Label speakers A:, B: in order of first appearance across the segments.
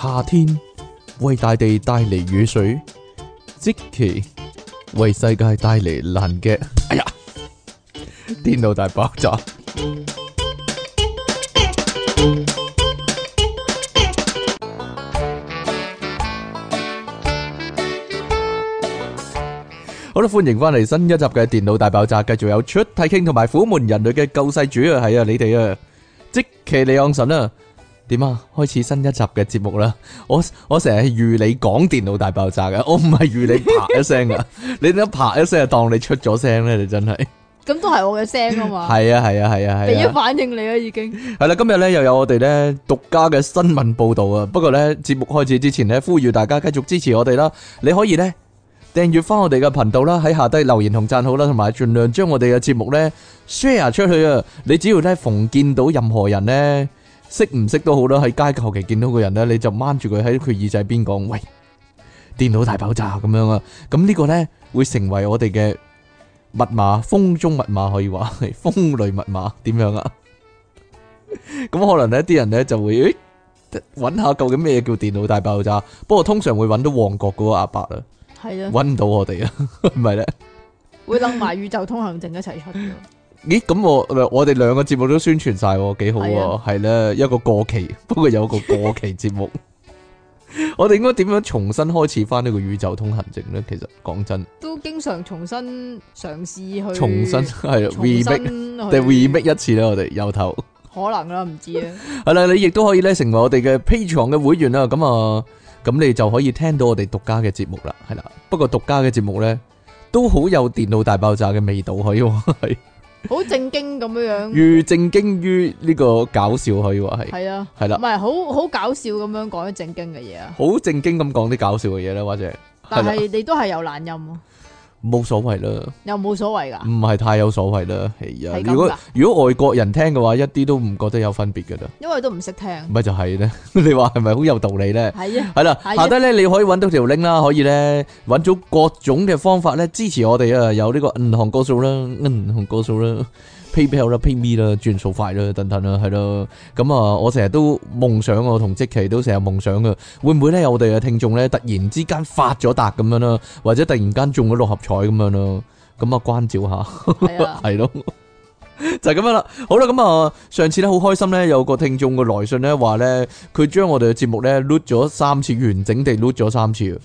A: 夏天為大地帶嚟雨水，積淇為世界帶嚟爛 gag。哎呀，電腦大爆炸！好啦，歡迎翻嚟新一集嘅電腦大爆炸，繼續有出體 king 同埋虎門人類嘅救世主啊，係啊，你哋啊，即其利昂神啊，點啊？開始新一集嘅節目啦，我我成日係預你講電腦大爆炸嘅，我唔係預你啪一聲噶，你點解啪一聲就當你出咗聲咧？你真係
B: 咁都係我嘅聲啊嘛，
A: 係啊係啊係啊
B: 第
A: 係
B: 一
A: 啊，
B: 反應你啦已經，
A: 係啦，今日咧又有我哋咧獨家嘅新聞報導啊，不過咧節目開始之前咧，呼籲大家繼續支持我哋啦，你可以咧。訂閱翻我哋嘅頻道啦，喺下低留言同讚好啦，同埋盡量將我哋嘅節目呢 share 出去啊！你只要呢逢見到任何人呢，識唔識都好啦，喺街求其見到個人呢，你就掹住佢喺佢耳仔邊講，喂，電腦大爆炸咁樣啊！咁呢個呢，會成為我哋嘅密碼，風中密碼可以話係風雷密碼，點樣啊？咁可能呢啲人呢，就會誒揾下究竟咩叫電腦大爆炸，不過通常會揾到旺角嗰個阿伯啊。
B: 係啊，
A: 搵唔到我哋啊， 唔係咧？
B: 會楞埋宇宙通行證一齊出嘅，
A: 咦，咁我我哋兩個節目都宣傳晒喎，幾好
B: 係啊
A: 喎，係咧一個過期， 不過有個過期節目， 我哋應該點樣重新開始翻呢個宇宙通行證咧？其實講真，
B: 都經常重新嘗試去
A: 重新係啦
B: 重新
A: remake 定
B: 去
A: remake 一次啦，我哋由頭。
B: 可能啦，唔知啊，
A: 係啦，你亦都可以咧成為我哋嘅 P 床嘅會員啦。咁啊，咁你就可以聽到我哋獨家嘅節目啦。係啦，不過獨家嘅節目咧都好有電腦大爆炸嘅味道，可以話係。
B: 好正經咁樣樣，
A: 寓正經於呢個搞笑可以話係，
B: 嗯係啊，
A: 係
B: 唔
A: 啦，
B: 係好好搞笑咁樣講啲正經嘅嘢啊，
A: 好正經咁講啲搞笑嘅嘢咧，或者係
B: 但
A: 啦，
B: 係你都係有懶音喎，
A: 冇所謂啦，
B: 又冇所謂㗎，
A: 唔係太有所謂啦，係啊
B: 啊係。咁
A: 如果
B: 㗎
A: 如果外國人聽嘅話，一啲都唔覺得有分別噶啦，
B: 因為都唔識聽，
A: 咪就係咧。 你話係咪好有道理咧？
B: 係啊，
A: 係啦，
B: 係
A: 下
B: 啊
A: 低咧你可以揾到條 link 啦，可以咧揾到各種嘅方法咧支持我哋啊，有呢個銀行個數啦，銀行個數啦，PayPal 啦，PayMe 啦，轉數快啦，等等啦，係咯。咁啊，我成日都夢想，我同積奇都成日夢想噶，啊會唔會咧有我哋嘅聽眾咧突然之間發咗達咁樣啦，或者突然間中咗六合彩咁樣咯？咁啊，關照下。
B: 係啊，
A: 系咯，就係咁樣啦。好啦，咁啊，上次咧好開心咧，有個聽眾嘅來信咧話咧，佢將我哋嘅節目咧 load 咗三次，完整地 load 咗三次。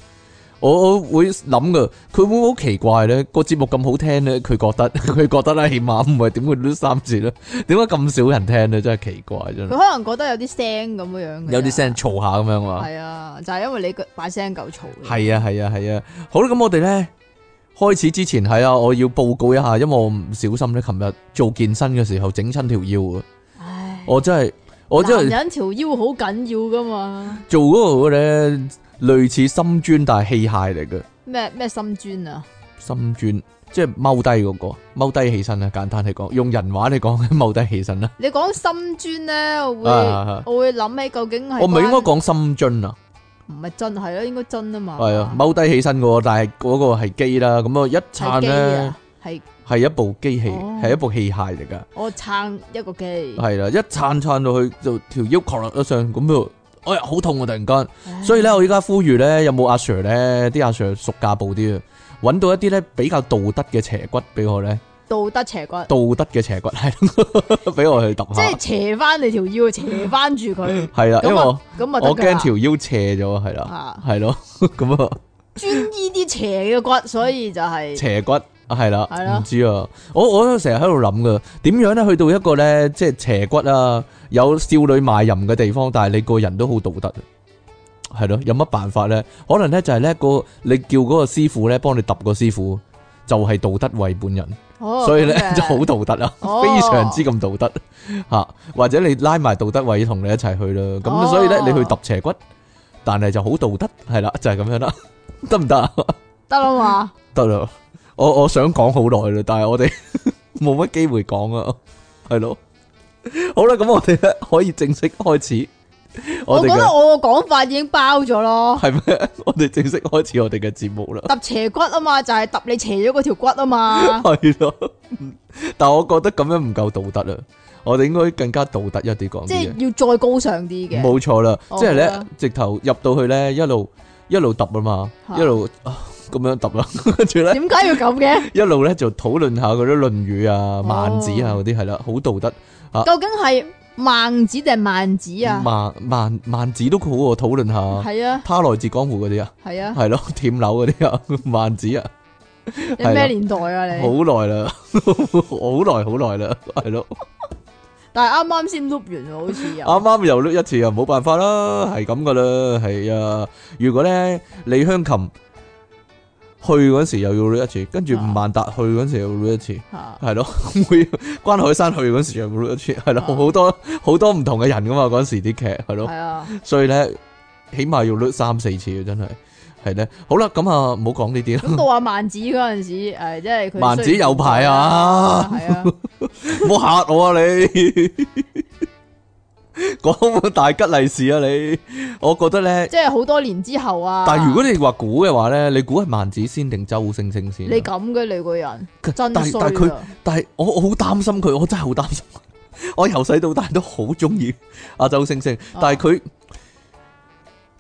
A: 我我會諗噶，佢會唔會好奇怪咧？個節目咁好聽咧，佢覺得 佢覺得咧，起碼唔係點會 load 三次咧？點解咁少人聽咧？真係奇怪真
B: 佢
A: 係。
B: 可能覺得有啲聲咁樣樣嘅，
A: 有啲聲，嘈下咁樣啊。
B: 係啊，就係因為你個把聲夠嘈，
A: 係啊係啊係啊。好啦，咁我哋咧開始之前係啊，我要報告一下，因為我唔小心咧，琴日做健身嘅時候整親條腰啊。
B: 唉。
A: 我真係，我真係
B: 男人條腰好緊要噶嘛？
A: 做嗰個咧，類似心磚但係器械嚟嘅
B: 咩咩心磚啊？
A: 心磚，即係踎低嗰個，踎低起身啊！簡單嚟講，用人話嚟講， 踎低起身啦。
B: 你講心磚咧，我會、Oh
A: 啊啊啊
B: 我會諗起究竟係
A: 我唔係應該
B: 關
A: 講心樽啊，
B: 唔係真係啦，應該真啊嘛。
A: 係啊，踎低起身嘅喎，但係嗰個係機啦，咁啊一撐
B: 係機
A: 咧
B: 啊，係
A: 係一部機器，
B: 哦
A: 係一部器械嚟噶，
B: 我撐一個機，
A: 係啦，一撐撐到去就條腰狂落一上，咁就哎呀好痛啊！突然間。
B: 唉
A: 所以咧，我依家呼籲咧，有冇阿 Sir 咧？啲阿 Sir 熟家暴啲啊，揾到一啲咧比較道德嘅邪骨俾我咧，
B: 道德邪骨，
A: 道德嘅邪骨係 俾我去揼
B: 即
A: 下
B: 係，斜翻你條腰，斜翻住 佢。
A: 係啦，因為
B: 咁
A: 我
B: 啊，咁啊
A: 我
B: 得㗎啦
A: 驚條腰斜咗，係啦，
B: 啊
A: 係咯， 咁啊
B: 專醫啲斜嘅骨，所以就 係、
A: 邪骨係
B: 係
A: 啦，
B: 咯
A: 唔知啊，我我成日喺度諗噶，點樣咧去到一個咧即係邪骨啊，有少女賣淫嘅地方，但係你個人都好道德啊。係咯，有乜辦法咧？可能咧就係咧個你叫嗰個師傅咧幫你揼個師傅，就係、道德為本人。
B: 哦
A: 所以咧
B: 咁嘅
A: 就好道德啦，
B: 哦
A: 非常之咁道德吓，或者你拉埋道德位同你一齊去啦，咁
B: 哦
A: 所以咧你去揼斜骨，但係就好道德，係啦，就係咁樣啦，得唔得啊？
B: 得啦嘛。
A: 得啦，我我想講好耐啦，但係我哋 冇乜機會講啊，係咯，好啦，咁我哋咧可以正式開始
B: 我
A: 我哋
B: 覺得
A: 嘅
B: 我個講法已經包咗咯，
A: 係咩？我哋正式開始我哋嘅節目啦。
B: 揼斜骨啊嘛，就係、揼 你斜咗嗰條骨啊嘛。
A: 系咯，但我覺得咁樣唔夠道德啊！我哋應該更加道德一啲講啲
B: 即
A: 嘢
B: 係。要再高尚啲嘅。
A: 啊冇錯啦，
B: 我
A: 即係
B: 覺
A: 咧
B: 得，
A: 直頭入到去咧，一路一路揼啊嘛，
B: 嚇
A: 一路啊咁樣揼啦，跟住咧
B: 點解要咁 嘅？
A: 一路咧就討論下嗰啲《論語》啊、孟子啊嗰啲係啦，好道德。
B: 究竟係孟子定係孟子啊？
A: 孟孟孟子都好喎，討論下
B: 係啊，
A: 他來自江湖嗰啲啊，
B: 係啊，
A: 係咯，舔樓嗰啲啊，孟子啊，係
B: 你
A: 啦
B: 咩年代啊
A: 好
B: 你？
A: 耐啦， 好耐好耐啦，係咯，
B: 但係啱啱先碌完喎，好似又
A: 啱啱又碌一次又冇辦法啦，係咁噶啦，係啊，如果咧李香琴去嗰時又要碌一次，跟住吳
B: 啊
A: 萬達去嗰時又要碌一次。
B: 嚇
A: 系咯， 會關海山去嗰時又冇得出，係咯，
B: 啊
A: 好多好多唔同嘅人噶嘛，嗰時啲劇係咯，
B: 係啊，
A: 所以咧起碼要 l 三四次啊嘅真係，係咧，好啦，咁啊唔好講呢啲 啦，
B: 咁到阿孟子嗰陣時，誒即係佢
A: 孟子有排啊
B: 係啊，
A: 唔好嚇我啊你， 講大吉利是啊你，我覺得咧，
B: 即係好多年之後啊。
A: 但係如果你話估嘅話咧，你估係萬子先定周星星先啊？
B: 你咁嘅你個人
A: 但
B: 真
A: 但
B: 衰啊
A: 係佢。但係我我好擔心佢，我真係好擔心 佢。我由細到大都好中意阿周星星，
B: 啊
A: 但係佢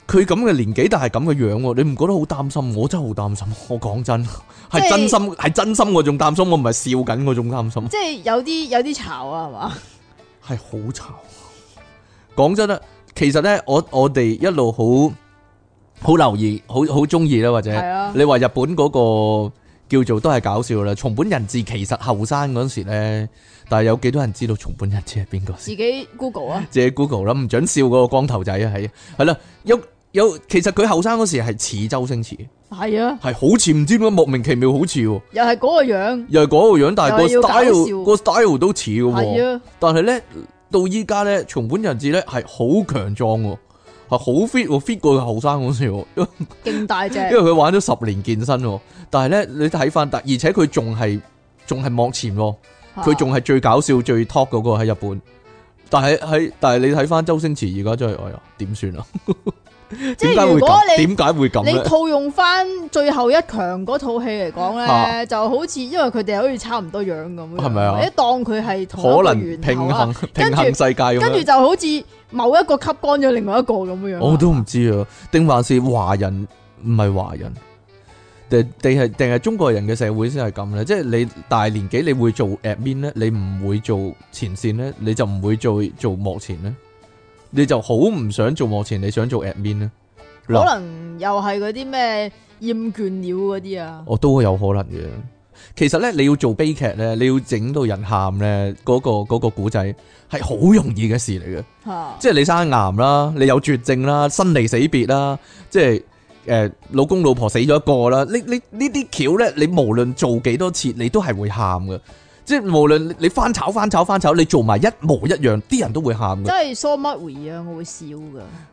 A: 佢咁嘅年紀，但係咁嘅樣喎，你唔覺得好擔心？我真係好擔心， 我講真，係
B: 係
A: 真心係真心嗰種擔心，我唔係笑緊嗰種擔心，
B: 即係有啲有啲潮啊，係嘛？
A: 係好吵。講真啦，其實咧，我我哋一路好好留意，好好中意啦，或者
B: 係啊
A: 你話日本嗰、個叫做都係搞笑啦。松本人志其實後生嗰陣時咧，但係有幾多人知道松本人志係邊個先？
B: 自己 Google 啊，
A: 自己 Google 啦，唔准笑嗰個光頭仔啊，係係啦，有有其實佢後生嗰時係似周星馳，
B: 係啊，
A: 係好似唔知點解莫名其妙好似喎，
B: 又係嗰個樣，
A: 又係嗰個樣，但係個
B: 又係要搞
A: style
B: 笑
A: 個 style 都似嘅喎。
B: 係啊，
A: 但係咧到依家咧，松本人志咧係好強壯喎，係好 fit 喎，fit 過佢後生嗰時喎。
B: 勁大隻，
A: 因為佢玩咗十年健身喎，但係咧你睇翻，但而且佢仲係仲係幕前喎，
B: 啊
A: 佢仲係最搞笑最 top 嗰個喺日本。但係喺但係你睇翻周星馳而家真係，哎呀點算啊？
B: 嚇 即
A: 點解
B: 係
A: 會
B: 如果
A: 咁？
B: 你
A: 點解會咁
B: 你
A: 咧？
B: 套用翻最後一強嗰套戲嚟講
A: 嚇
B: 咧，就好似因為佢哋好似差唔多樣咁樣，
A: 係咪啊
B: 你當佢係同一
A: 可
B: 個
A: 能
B: 源頭
A: 平
B: 啊
A: 衡平衡世界咁
B: 跟住
A: 樣，
B: 就好似某一個吸乾咗另外一個咁樣啊。
A: 我都唔知啊。定還是華人唔係華人？定定係定係中國人嘅社會先係咁咧？即係你大年紀，你會做 admin 咧，你唔會做前線咧，你就唔會做做幕前咧，你就好唔想做幕前，你想做 admin 咧？
B: 可能又係嗰啲咩厭倦了嗰啲啊，
A: 我都有可能嘅。其實咧，你要做悲劇咧，你要整到人喊咧，嗰、個嗰、個古仔係好容易嘅事嚟嘅。
B: 嚇
A: 即係你生癌啦，你有絕症啦，生離死別啦，即係誒、呃老公老婆死咗一個啦。呢呢呢啲橋咧，你無論做幾多次，你都係會喊嘅。即係無論你翻炒翻炒翻炒，你做埋一模一樣，啲人都會喊嘅
B: 真。係 so much 回啊，我會笑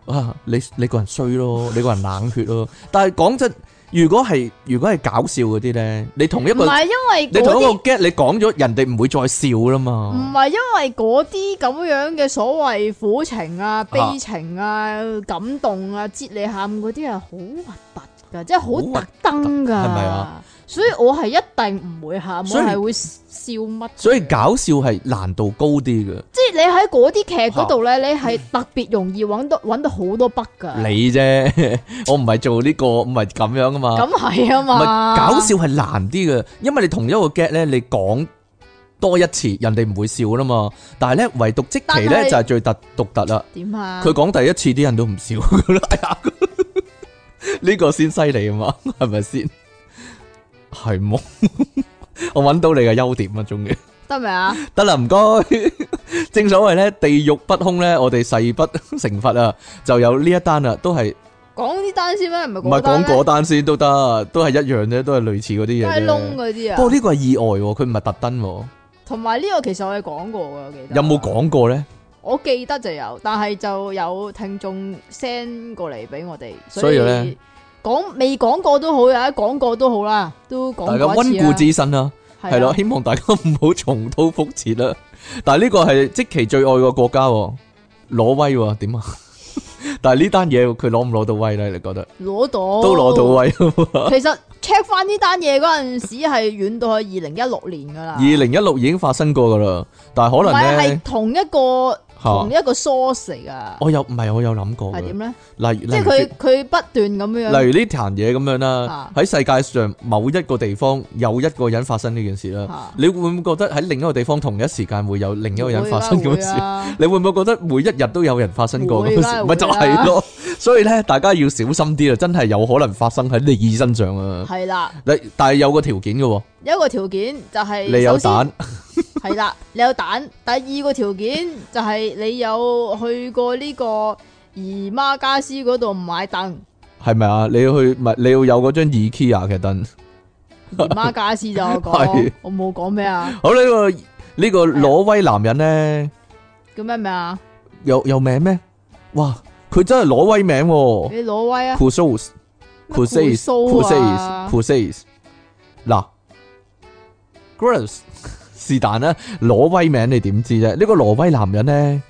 B: 噶。
A: 啊！你你個人衰咯，你個人冷血咯。但係講真，如果係如果係搞笑嗰啲咧，你同一
B: 唔
A: 個。
B: 係因為
A: 你同一個
B: 嗰啲，
A: get，你講咗人哋唔會再笑啦
B: 唔
A: 嘛。
B: 係因為嗰啲咁樣嘅所謂苦情啊、悲情啊、感動啊、接你喊嗰啲係好核突噶，即係好特登噶，
A: 好核突係咪啊？
B: 所以我係一定唔會喊，我
A: 所以
B: 係會笑乜嘅。
A: 所以搞笑係難度高啲嘅，
B: 即係你喺嗰啲劇嗰度咧，你係特別容易揾到揾到好多筆噶。
A: 你啫，我唔係做呢個，唔係咁樣噶嘛。
B: 咁係啊
A: 唔係
B: 嘛，
A: 搞笑係難啲嘅，因為你同一個 get 咧，你講多一次，人哋唔會笑啦嘛。但係咧，唯獨即期
B: 但
A: 咧
B: 係
A: 就係最特獨特啦。
B: 點啊？
A: 佢講第一次啲人都唔笑噶 啦，哎呀，呢個先犀利啊嘛，係咪先？係冇， 我揾到你嘅優點啊，終於。
B: 得未啊？
A: 得啦，唔該。正所謂咧，地獄不空咧，我哋誓不成佛啊！就有呢一單啦，都係
B: 講呢單先咩？唔係
A: 唔係
B: 單
A: 講
B: 咩
A: 嗰單先都得，都係一樣啫，都係類似嗰啲
B: 都
A: 嘢
B: 係窿啊
A: 啫。不過
B: 嗰啲啊。
A: 呢個係意外喎，佢唔係特登喎。
B: 同埋呢個其實我哋講過噶，我記得。
A: 有冇？講過咧？
B: 我記得就有，但係就有聽眾 send 過嚟俾我哋，
A: 所
B: 所
A: 以
B: 以
A: 呢
B: 講未講過都好，有一講過都好啦，都
A: 大
B: 講
A: 家
B: 過一
A: 温
B: 次
A: 故
B: 啦。
A: 知新啦，
B: 啊
A: 係咯，，希望大家唔好重蹈覆轍啦。但係呢個係即其最愛嘅國家喎，挪威喎，點啊？ 但系呢单嘢佢攞唔攞到威咧？你覺得
B: 攞到
A: 都攞到。啊 威喎。
B: 其實 check 翻呢單嘢嗰陣時係遠到去二零一六年噶啦，
A: 二零一六已經發生過噶啦，但系可
B: 唔
A: 能
B: 係
A: 咧
B: 係同一個
A: 嚇
B: 同一個 source 嚟噶，
A: 我有唔係我有諗過嘅
B: 係點咧？
A: 例
B: 即
A: 例
B: 係
A: 如
B: 佢佢不斷咁樣
A: 例如呢壇嘢咁樣啦
B: 啊，
A: 喺世界上某一個地方有一個人發生呢件事啦，
B: 嚇
A: 你會唔會覺得喺另一個地方同一時間會有另一個人發生咁嘅事？
B: 事，
A: 你會唔會覺得每一日都有人發生過咁
B: 會
A: 嘅
B: 啦
A: 事？
B: 會
A: 咪就係咯，所以咧大家要小心啲啦，真係有可能發生喺你身上啊！
B: 係啦。
A: 你但係有個條件嘅喎，
B: 有一個條件就係
A: 你有
B: 首先
A: 蛋，
B: 係啦，你有蛋。第二個條件就係你有去過呢個姨媽家私嗰度買凳，
A: 係咪啊？你要去唔係你要有嗰張 IKEA 嘅凳。
B: 姨媽家私就我
A: 係
B: 講，我冇講咩啊，
A: 好呢個呢個挪威男人咧，
B: 叫咩名啊？
A: 有有名咩？哇！佢真係挪威名喎。
B: 你挪威啊
A: c？u s o s c u s a s
B: 乜
A: c u s a s
B: 酷蘇啊
A: c u s a s 嗱 g r o s 是但啦，挪威名你點知啫？呢個挪威男人咧，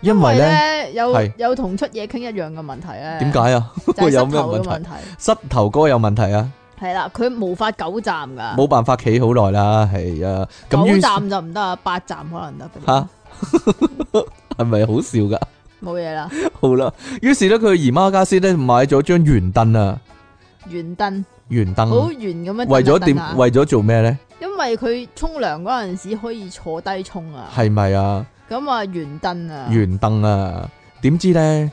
A: 因為
B: 為
A: 咧
B: 咧有
A: 係
B: 有同出嘢傾一樣嘅問題咧，
A: 點？解啊？
B: 就係
A: 有
B: 膝
A: 咩
B: 頭
A: 問
B: 嘅
A: 題
B: 問題，
A: 膝頭哥有問題啊，
B: 係啦，佢無法九站噶，
A: 冇辦法企好耐啦，係啊，咁於
B: 九
A: 是
B: 站就唔得啊，八站可能得，
A: 吓 係咪好笑噶？
B: 冇嘢啦，
A: 好啦，於是咧佢姨媽家私咧買咗張圓凳啊，
B: 圓凳
A: 圓凳
B: 好圓咁樣
A: 嗯為咗
B: 蹬一蹬啊
A: 點？為咗做咩咧？
B: 因為佢沖涼嗰陣時可以坐低沖啊，
A: 係咪啊？
B: 咁啊圓凳啊，
A: 圆凳啊，點知咧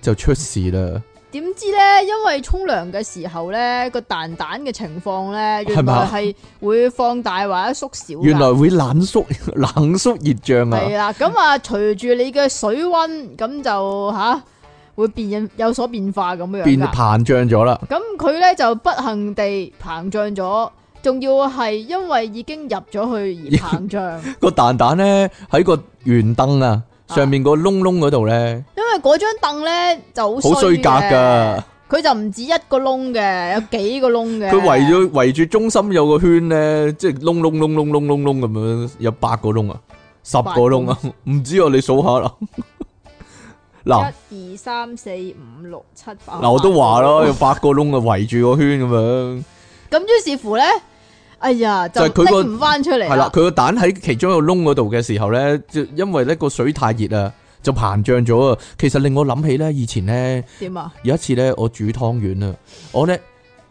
A: 就出事啦，
B: 點知咧，因為沖涼嘅時候咧個蛋蛋嘅情況咧，
A: 係
B: 原
A: 嘛
B: 來係會放大或者縮小㗎，
A: 原來會冷縮 冷縮熱脹啊，
B: 係啦，咁啊隨住你嘅水温咁就吓、會變變有所變化咁樣
A: 變
B: 㗎
A: 膨脹咗啦，
B: 咁佢咧就不幸地膨脹咗，仲要係因為已經入咗去 而膨脹，
A: 個蛋蛋咧喺個圓凳啊
B: 啊
A: 上面個窿窿嗰度咧，
B: 因為嗰張凳咧就好
A: 好衰
B: 嘅
A: 格噶，
B: 佢就唔止一個窿嘅，有幾個窿嘅。
A: 佢圍咗圍住中心有個圈咧，即係窿窿窿窿窿窿窿咁樣，有八個窿啊，十個窿啊，唔知啊，你數下 啦。嗱
B: 一二三四五六七八，
A: 嗱，我都話
B: 八個
A: 啦，
B: 窿
A: 有。八個窿啊，圍住個圈咁樣。
B: 咁於是乎咧，哎呀，就
A: 就係佢個
B: 拎唔翻出嚟
A: 系啦，
B: 啦
A: 佢。個蛋喺其中一個窿嗰度嘅時候咧，就因為呢個水太熱啊，就膨脹咗啊。其實令我諗起咧，以前咧
B: 點啊？
A: 有一次咧，我煮湯圓啊，我咧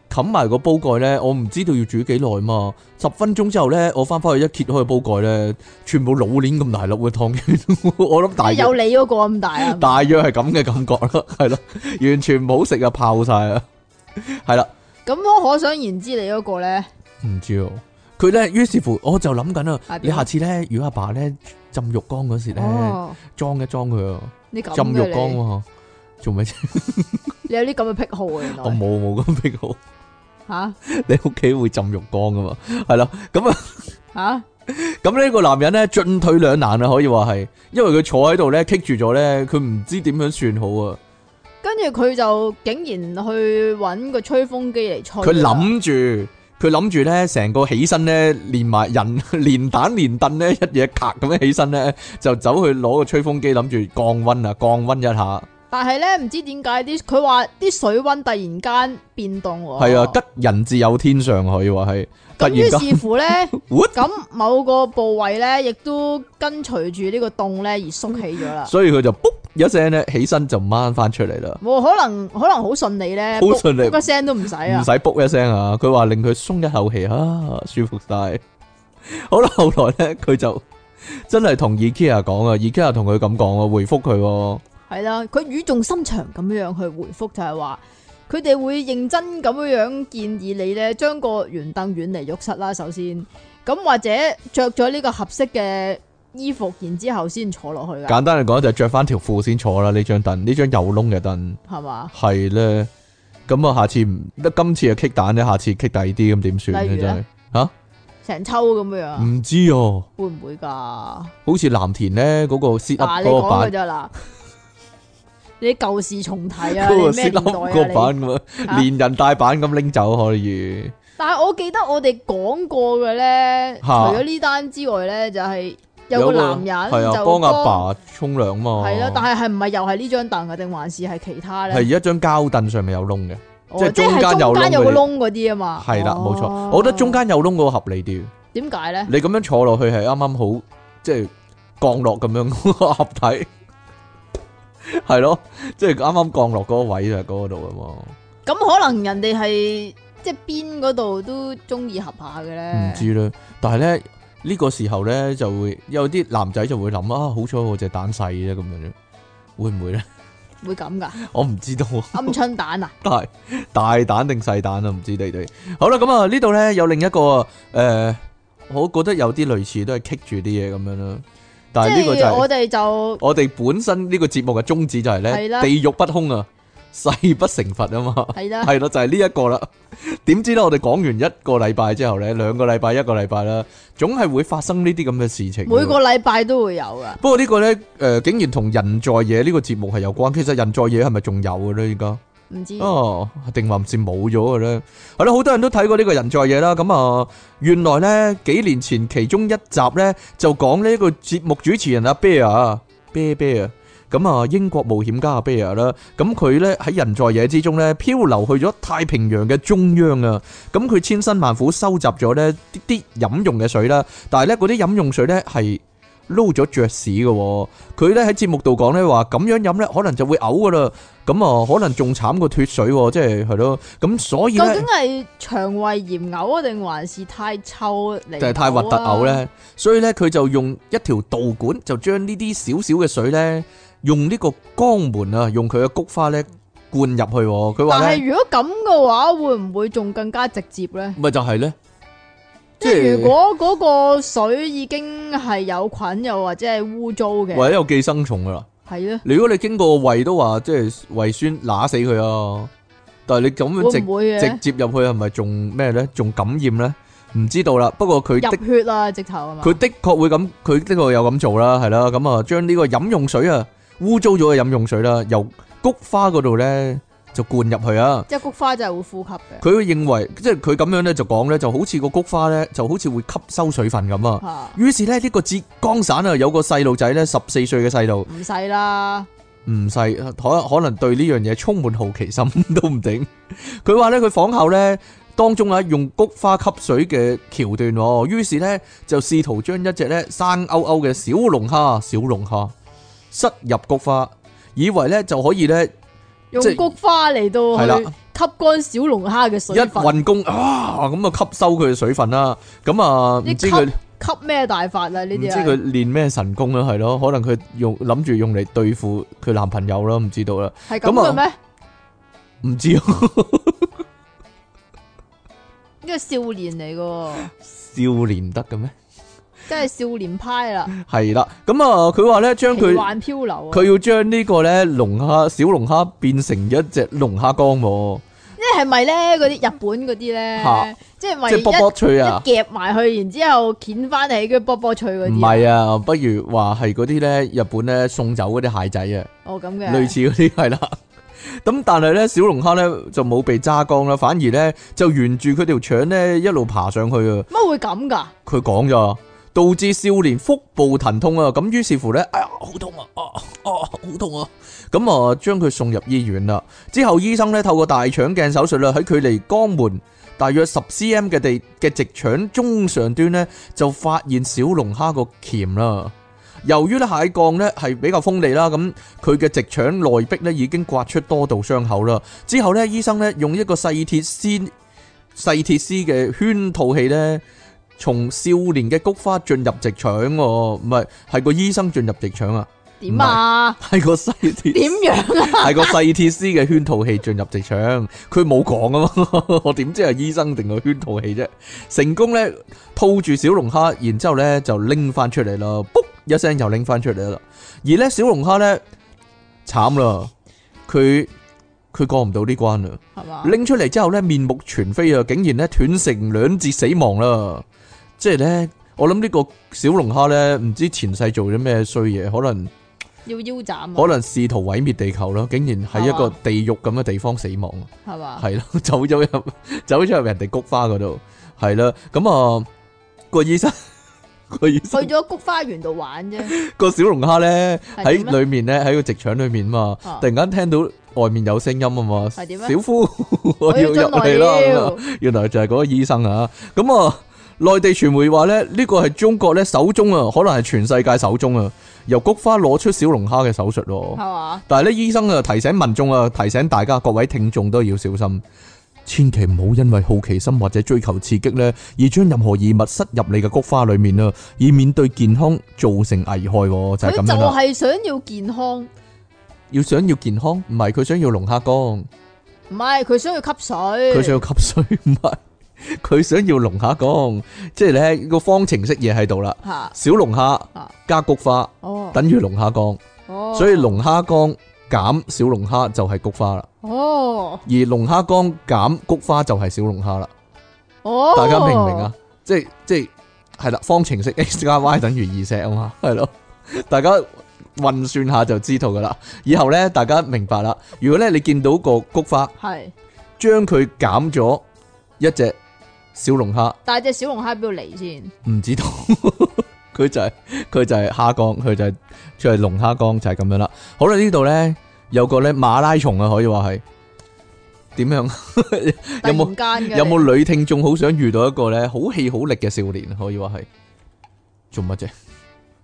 A: 冚埋個煲蓋咧，我唔知道要煮幾耐嘛。十分鐘之後咧，我翻返去一揭開個煲蓋咧，全部老年咁大粒嘅湯圓， 我諗大
B: 即係
A: 約
B: 有你嗰個咁大啊？
A: 大約係咁嘅感覺啦，係咯，完全唔好食啊，泡晒啊，係啦。
B: 咁我可想而知你嗰個咧，
A: 唔知喎佢咧，於是乎我就諗緊啊
B: 係，
A: 你
B: 點
A: 下次咧，如果阿爸咧浸浴缸嗰時咧，
B: 哦，
A: 裝一裝佢啊，
B: 你咁
A: 浸浴
B: 嘅
A: 缸
B: 你，
A: 喎，做咩啫？
B: 你有啲咁嘅癖好啊？原
A: 我
B: 來
A: 冇冇咁癖好，
B: 吓
A: 你屋企會浸浴缸噶嘛？係啦，咁啊，
B: 吓
A: 咁呢個男人咧進退兩難啊，可以話係，因為佢坐喺度咧棘住咗咧，佢唔知點樣算好啊。
B: 跟住佢就竟然去揾個吹風機嚟吹啊。
A: 佢諗住。佢諗住咧，成個起身咧，連埋人 連蛋連凳咧，一嘢咔咁樣起身咧，就走去攞個吹風機，諗住降温啊，降温一下。
B: 但係咧唔知點解啲佢話啲水温突然間變動喎。
A: 系啊，得人自有天相，可以话系。突
B: 咁
A: 然
B: 於
A: 間，
B: 是乎咧。
A: what？
B: 咁某個部位咧，亦都跟隨住呢個洞咧而縮起咗啦。
A: 所以佢就卜一聲咧，起身就掹翻出嚟啦，
B: 冇可能，可能好順利咧，
A: 好順利
B: 卜卜個聲都唔使
A: 唔
B: 啊。
A: 使卜一聲啊！佢話令佢鬆一口氣啊，舒服晒。好啦，後來咧，佢就真係同 IKEA 講啊，IKEA 同佢咁講啊，回覆佢喎，
B: 係啦，佢語重心長咁樣去回覆，就係話佢哋會認真咁樣樣建議你咧，將個圓凳遠離浴室啦。首先，咁或者着咗呢個合適嘅衣服，然之後先坐落去噶，
A: 簡單嚟講就係着翻條褲先坐啦。呢張凳，呢張有窿嘅凳，
B: 係嘛？
A: 係咧。咁啊，下次唔得，今次啊棘蛋咧，下次棘第二啲咁點算
B: 例
A: 咧？
B: 如啊
A: 真
B: 咧成抽咁樣
A: 係唔知哦。
B: 會唔會㗎？
A: 好似藍田咧嗰個 sit
B: 嗱，
A: up
B: 你
A: 嗰個
B: 講佢
A: 版，
B: 咋嗱？你舊事重提啊！
A: 嗰個
B: 你咩
A: sit
B: 年
A: up 嗰個
B: 代啊？你
A: 版咁
B: 啊
A: 樣，連人帶版咁拎走可以。
B: 但係我記得我哋講過嘅咧，除
A: 嚇
B: 咗呢單之外咧，就係有個
A: 個
B: 男人
A: 係啊，
B: 就
A: 幫
B: 幫
A: 阿爸沖涼嘛。
B: 係啦，但係係唔係又係呢張凳啊？定還是係其他咧？
A: 係一張膠凳上面有窿嘅，
B: 哦
A: 即係
B: 即
A: 中間
B: 係
A: 有
B: 中間
A: 窿
B: 有
A: 嗰
B: 個
A: 啲
B: 窿嗰啲啊嘛。
A: 係啦，冇錯。
B: 哦
A: 我覺得中間有窿嗰個合理啲，
B: 點解咧？
A: 你咁樣坐落去係啱啱好，即係降落咁樣個 合體，係咯，即係啱啱降落嗰個位就係嗰度啊嘛。
B: 咁可能人哋係即係邊嗰度都中意合下嘅咧。
A: 唔知啦，但係咧呢個時候咧就會有啲男仔就會諗啊，好彩我隻蛋細啫咁樣，會唔會咧？
B: 會咁噶？
A: 我唔知道啊。
B: 鵪鶉蛋啊？
A: 大大蛋定細蛋啊？唔知你哋。好啦，咁啊呢度咧有另一個誒、呃我覺得有啲類似都係棘住啲嘢咁樣啦。但 係呢
B: 即
A: 個就
B: 係
A: 係
B: 我哋就
A: 我哋本身呢個節目嘅宗旨就係咧，
B: 係啦
A: 地獄不空啊， 誓不成佛啊嘛。
B: 係啦，
A: 係咯，就係呢一個啦。點知咧，我哋講完一個禮拜之後咧，兩個禮拜、一個禮拜啦，總係會發生呢啲咁嘅事情。
B: 每個禮拜都會有噶。
A: 不過呢個咧，誒、竟然同人在野呢個節目係有關。其實人在野係咪仲有嘅咧？而家？
B: 唔知
A: 哦，定還是冇咗嘅咧？係咯，好多人都睇過呢個人在嘢啦。咁啊，原來咧幾年前其中一集咧就講呢個節目主持人阿 Bear 啊，Bear Bear。咁啊，英國冒險家阿 Bear 啦，咁佢咧喺人在野之中咧漂流去咗太平洋嘅中央啊。咁佢千辛萬苦收集咗咧啲啲飲用嘅水啦，但係咧嗰啲飲用水咧係撈咗雀屎嘅喎。佢咧喺節目度講咧話咁樣飲咧可能就會嘔噶啦。咁啊，可能仲慘過脱水喎，即係係咯。咁所以
B: 究
A: 咧
B: 竟係腸胃炎嘔啊，定還是太臭啊嚟？
A: 就係太核突嘔。咧，所以咧佢就用一條導管就將呢啲少少嘅水咧，用呢個肛門啊，用佢嘅菊花咧灌入去喎。佢
B: 但
A: 話咧，
B: 係如果咁嘅話，會唔會仲更加直接咧？
A: 咪就係咧，
B: 即係如果嗰個水已經係有菌又或者係污糟
A: 或
B: 嘅，
A: 者有寄生蟲噶啦。
B: 係咧，
A: 如果你經過個胃都話即係胃酸揦死佢啊，但係你咁樣
B: 會唔
A: 直
B: 會嘅？
A: 直接入去係咪仲咩咧？仲感染咧？唔知道啦。不過佢的
B: 入血啦，直頭係嘛？
A: 佢的確會咁，佢的確有咁做啦，係啦，咁啊，將呢個飲用水啊，污糟咗嘅飲用水啦，由菊花嗰度咧就灌入去啊。
B: 即係菊花就係會呼吸嘅。
A: 佢會認為，即係佢咁樣咧就講咧，就好似個菊花咧，就好似會吸收水分咁啊。
B: 吓
A: 於是咧，呢個浙江省啊，有個細路仔咧，十四歲嘅細路，
B: 唔使啦，
A: 唔細，可可能對呢樣嘢充滿好奇心都唔定。 佢話咧，佢仿效咧當中啊，用菊花吸水嘅橋段喎，於是咧就試圖將一隻咧生勾勾嘅小龍蝦、小龍蝦塞入菊花，以為咧就可以咧
B: 用
A: 即
B: 菊
A: 係
B: 花嚟
A: 係
B: 到
A: 啦
B: 去吸乾小龍蝦嘅
A: 一
B: 水分，
A: 運功啊，咁啊吸收佢嘅水分啦。咁啊，唔
B: 你
A: 知佢
B: 吸吸咩大法啦？呢
A: 唔
B: 啲
A: 知
B: 啊，
A: 佢練咩神功啦，係咯？可能佢用諗住用嚟對付佢男朋友啦，唔知道啦。
B: 係咁嘅
A: 啊
B: 咩？
A: 唔知啊
B: 呢個少年 嚟噶，
A: 少年得嘅咩？
B: 真係少年派啦，
A: 系啦，咁啊，佢話咧將
B: 奇
A: 佢
B: 幻漂流啊！
A: 佢要將呢個咧龍蝦小龍蝦變成一隻龍蝦缸喎，
B: 即係咪咧？嗰啲日本嗰啲
A: 嚇
B: 咧，即係咪
A: 即係卜
B: 一
A: 卜脆啊！
B: 一夾埋去，然之後掀翻起，跟住卜卜脆嗰
A: 唔
B: 啲啊。
A: 係啊，不如話係嗰啲咧日本咧送走嗰啲蟹仔啊，
B: 哦咁嘅，
A: 類似嗰啲係啦。咁但係咧小龍蝦咧就冇被揸缸啦，反而咧就沿住佢條腸咧一路爬上去啊！
B: 乜會咁噶？
A: 佢講咋，導致少年腹部疼痛啊！咁於是乎咧，哎呀，好痛啊！啊啊，好痛啊！咁啊，將佢送入醫院啦。之後醫生咧透過大腸鏡手術啦，喺距離肛門大約十 cm 嘅地嘅直腸中上端咧，就發現小龍蝦個鉗啦。由於咧蟹降咧係比較鋒利啦，咁佢嘅直腸內壁咧已經刮出多道傷口啦。之後咧，醫生咧用一個細鐵絲細鐵絲嘅圈套器咧。從少年嘅菊花進入直腸喎，唔係係個醫生進入直腸啊，
B: 點啊？
A: 係個細鐵
B: 點樣啊？
A: 係個細鐵絲嘅圈套器進入直腸，佢冇講啊嘛， 我點知係醫生定個圈套器啫？成功咧套住小龍蝦，然之後咧就拎翻出嚟啦，卜一聲又拎翻出嚟啦。而咧小龍蝦咧慘啦，佢佢過唔到呢關啦。啊
B: 係嘛？
A: 拎出嚟之後咧，面目全非啊！竟然咧斷成兩截死亡啦！即係咧，我諗呢個小龍蝦咧，唔知前世做咗咩衰嘢，可能
B: 嗯要腰斬啊？
A: 可能試圖毀滅地球啦，竟然喺一個
B: 係嘛
A: 地獄咁嘅地方死亡，啊
B: 係嘛？
A: 係咯， 走咗入走咗入人哋菊花嗰度，係啦，咁啊個醫生 個醫
B: 去
A: 生
B: 咗菊花園度玩啫，
A: 個小龍蝦咧
B: 係
A: 喺
B: 點啊咧
A: 裏面咧喺個直腸裏面嘛
B: 啊，
A: 突然間聽到外面有聲音啊嘛，
B: 係點咧
A: 小夫我
B: 我
A: 要
B: 要
A: 入
B: 進
A: 嚟
B: 來
A: 啦咁啊
B: 了，
A: 原來就係嗰個醫生啊。咁啊，內地傳媒話咧，呢個係中國咧首宗啊，可能係全世界首宗啊，由菊花攞出小龍蝦嘅手術咯
B: 係。嘛？
A: 但係咧，醫生啊提醒民眾啊，提醒大家各位聽眾都要小心，千祈唔好因為好奇心或者追求刺激咧，而將任何異物塞入你嘅菊花裡面啊，以免對健康造成危害喎，就係咁
B: 佢就
A: 樣啦。
B: 係想要健康，唔
A: 要想要健康，唔係佢想要龍蝦乾。
B: 係佢想要吸水，
A: 佢想要吸水，唔系佢想要龍蝦缸， 即係咧個方程式嘢喺度啦。
B: 吓
A: 小龍蝦
B: 啊
A: 加菊花
B: 哦
A: 等於龍蝦缸，
B: 哦，
A: 所以龍蝦缸減小龍蝦就係菊花啦，
B: 哦
A: 而龍蝦缸減菊花就係小龍蝦啦。
B: 哦，
A: 大家明唔明啊？？即係即係係啦，方程式 x 加 y 等於二石啊嘛，係咯，大家。運算下就知道噶啦，以後咧大家明白啦。如果咧你見到個菊花，
B: 係，
A: 將佢減咗一隻小龍蝦，
B: 但係隻小龍蝦邊度嚟先？
A: 唔知道， 佢就係佢就係蝦缸，佢就係佢係龍蝦缸，就係咁樣啦。好啦，呢度咧有個咧馬拉松啊，可以話係點樣？有冇
B: 突然間嘅
A: 有冇女聽眾好想遇到一個咧好氣好力嘅少年？可以話係做乜啫？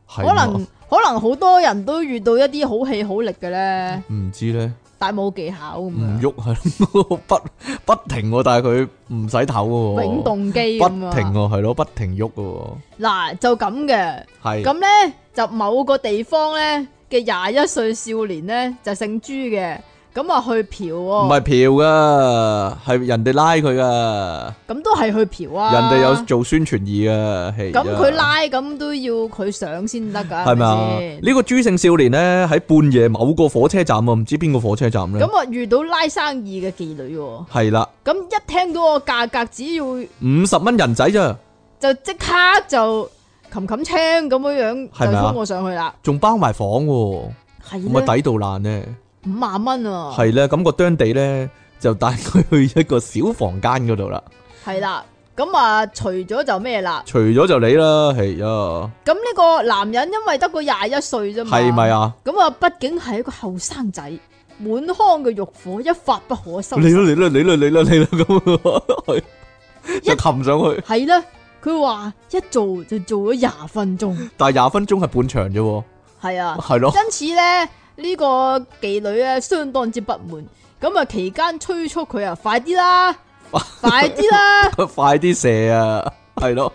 A: 係
B: 可能
A: 喎
B: 可能好多人都遇到一啲好氣好力嘅咧，
A: 唔知咧，
B: 但係冇技巧咁
A: 唔
B: 樣，
A: 喐係咯， 不不停喎，但係佢唔使唞喎，
B: 永動機
A: 不
B: 咁啊！
A: 停喎，係咯，不停喐嘅
B: 嗱就咁嘅，
A: 喎，係
B: 咁咧就某個地方咧嘅廿一歲少年咧就姓朱嘅，咁啊去嫖
A: 唔
B: 喎，
A: 係嫖噶？係人哋拉佢噶。
B: 咁都係去嫖啊！
A: 人哋有做宣傳意啊，係啊
B: 咁佢拉咁都要佢上先得噶，
A: 係咪啊？
B: 先？
A: 呢個朱姓少年呢，喺半夜某個火車站啊，唔知邊個火車站呢？
B: 咁我遇到拉生意嘅妓女喎，
A: 係啦，
B: 咁一聽到個價格，只要
A: 五十蚊人仔咋，
B: 就即刻就冚冚青咁樣
A: 係
B: 樣
A: 咪
B: 就
A: 啊
B: 衝我上去啦，
A: 仲包埋房喎，
B: 係
A: 咁咪
B: 咧
A: 抵到爛呢？
B: 五萬蚊啊，
A: 係咧，咁個當地呢，就帶佢去一個小房間嗰度啦。
B: 係啦，咁啊除咗就咩啦，
A: 除咗就你啦，係啊，
B: 咁呢個男人因為得個廿一歲啫嘛，
A: 係咪？啊？
B: 咁啊，畢竟係一個後生仔，滿腔嘅欲火一發不可收
A: 你
B: 拾，
A: 啦你啦你啦你啦你啦咁啊，就擒上去，
B: 係啦，佢話一做就做咗廿分鐘，
A: 但係廿分鐘係半場啫喎，
B: 係啊。
A: 係咯，
B: 因此咧，呢、個妓女咧相當之不滿，咁啊期間催促佢啊，快啲 啦，快啲啦，唔
A: 快啲射啊，係咯，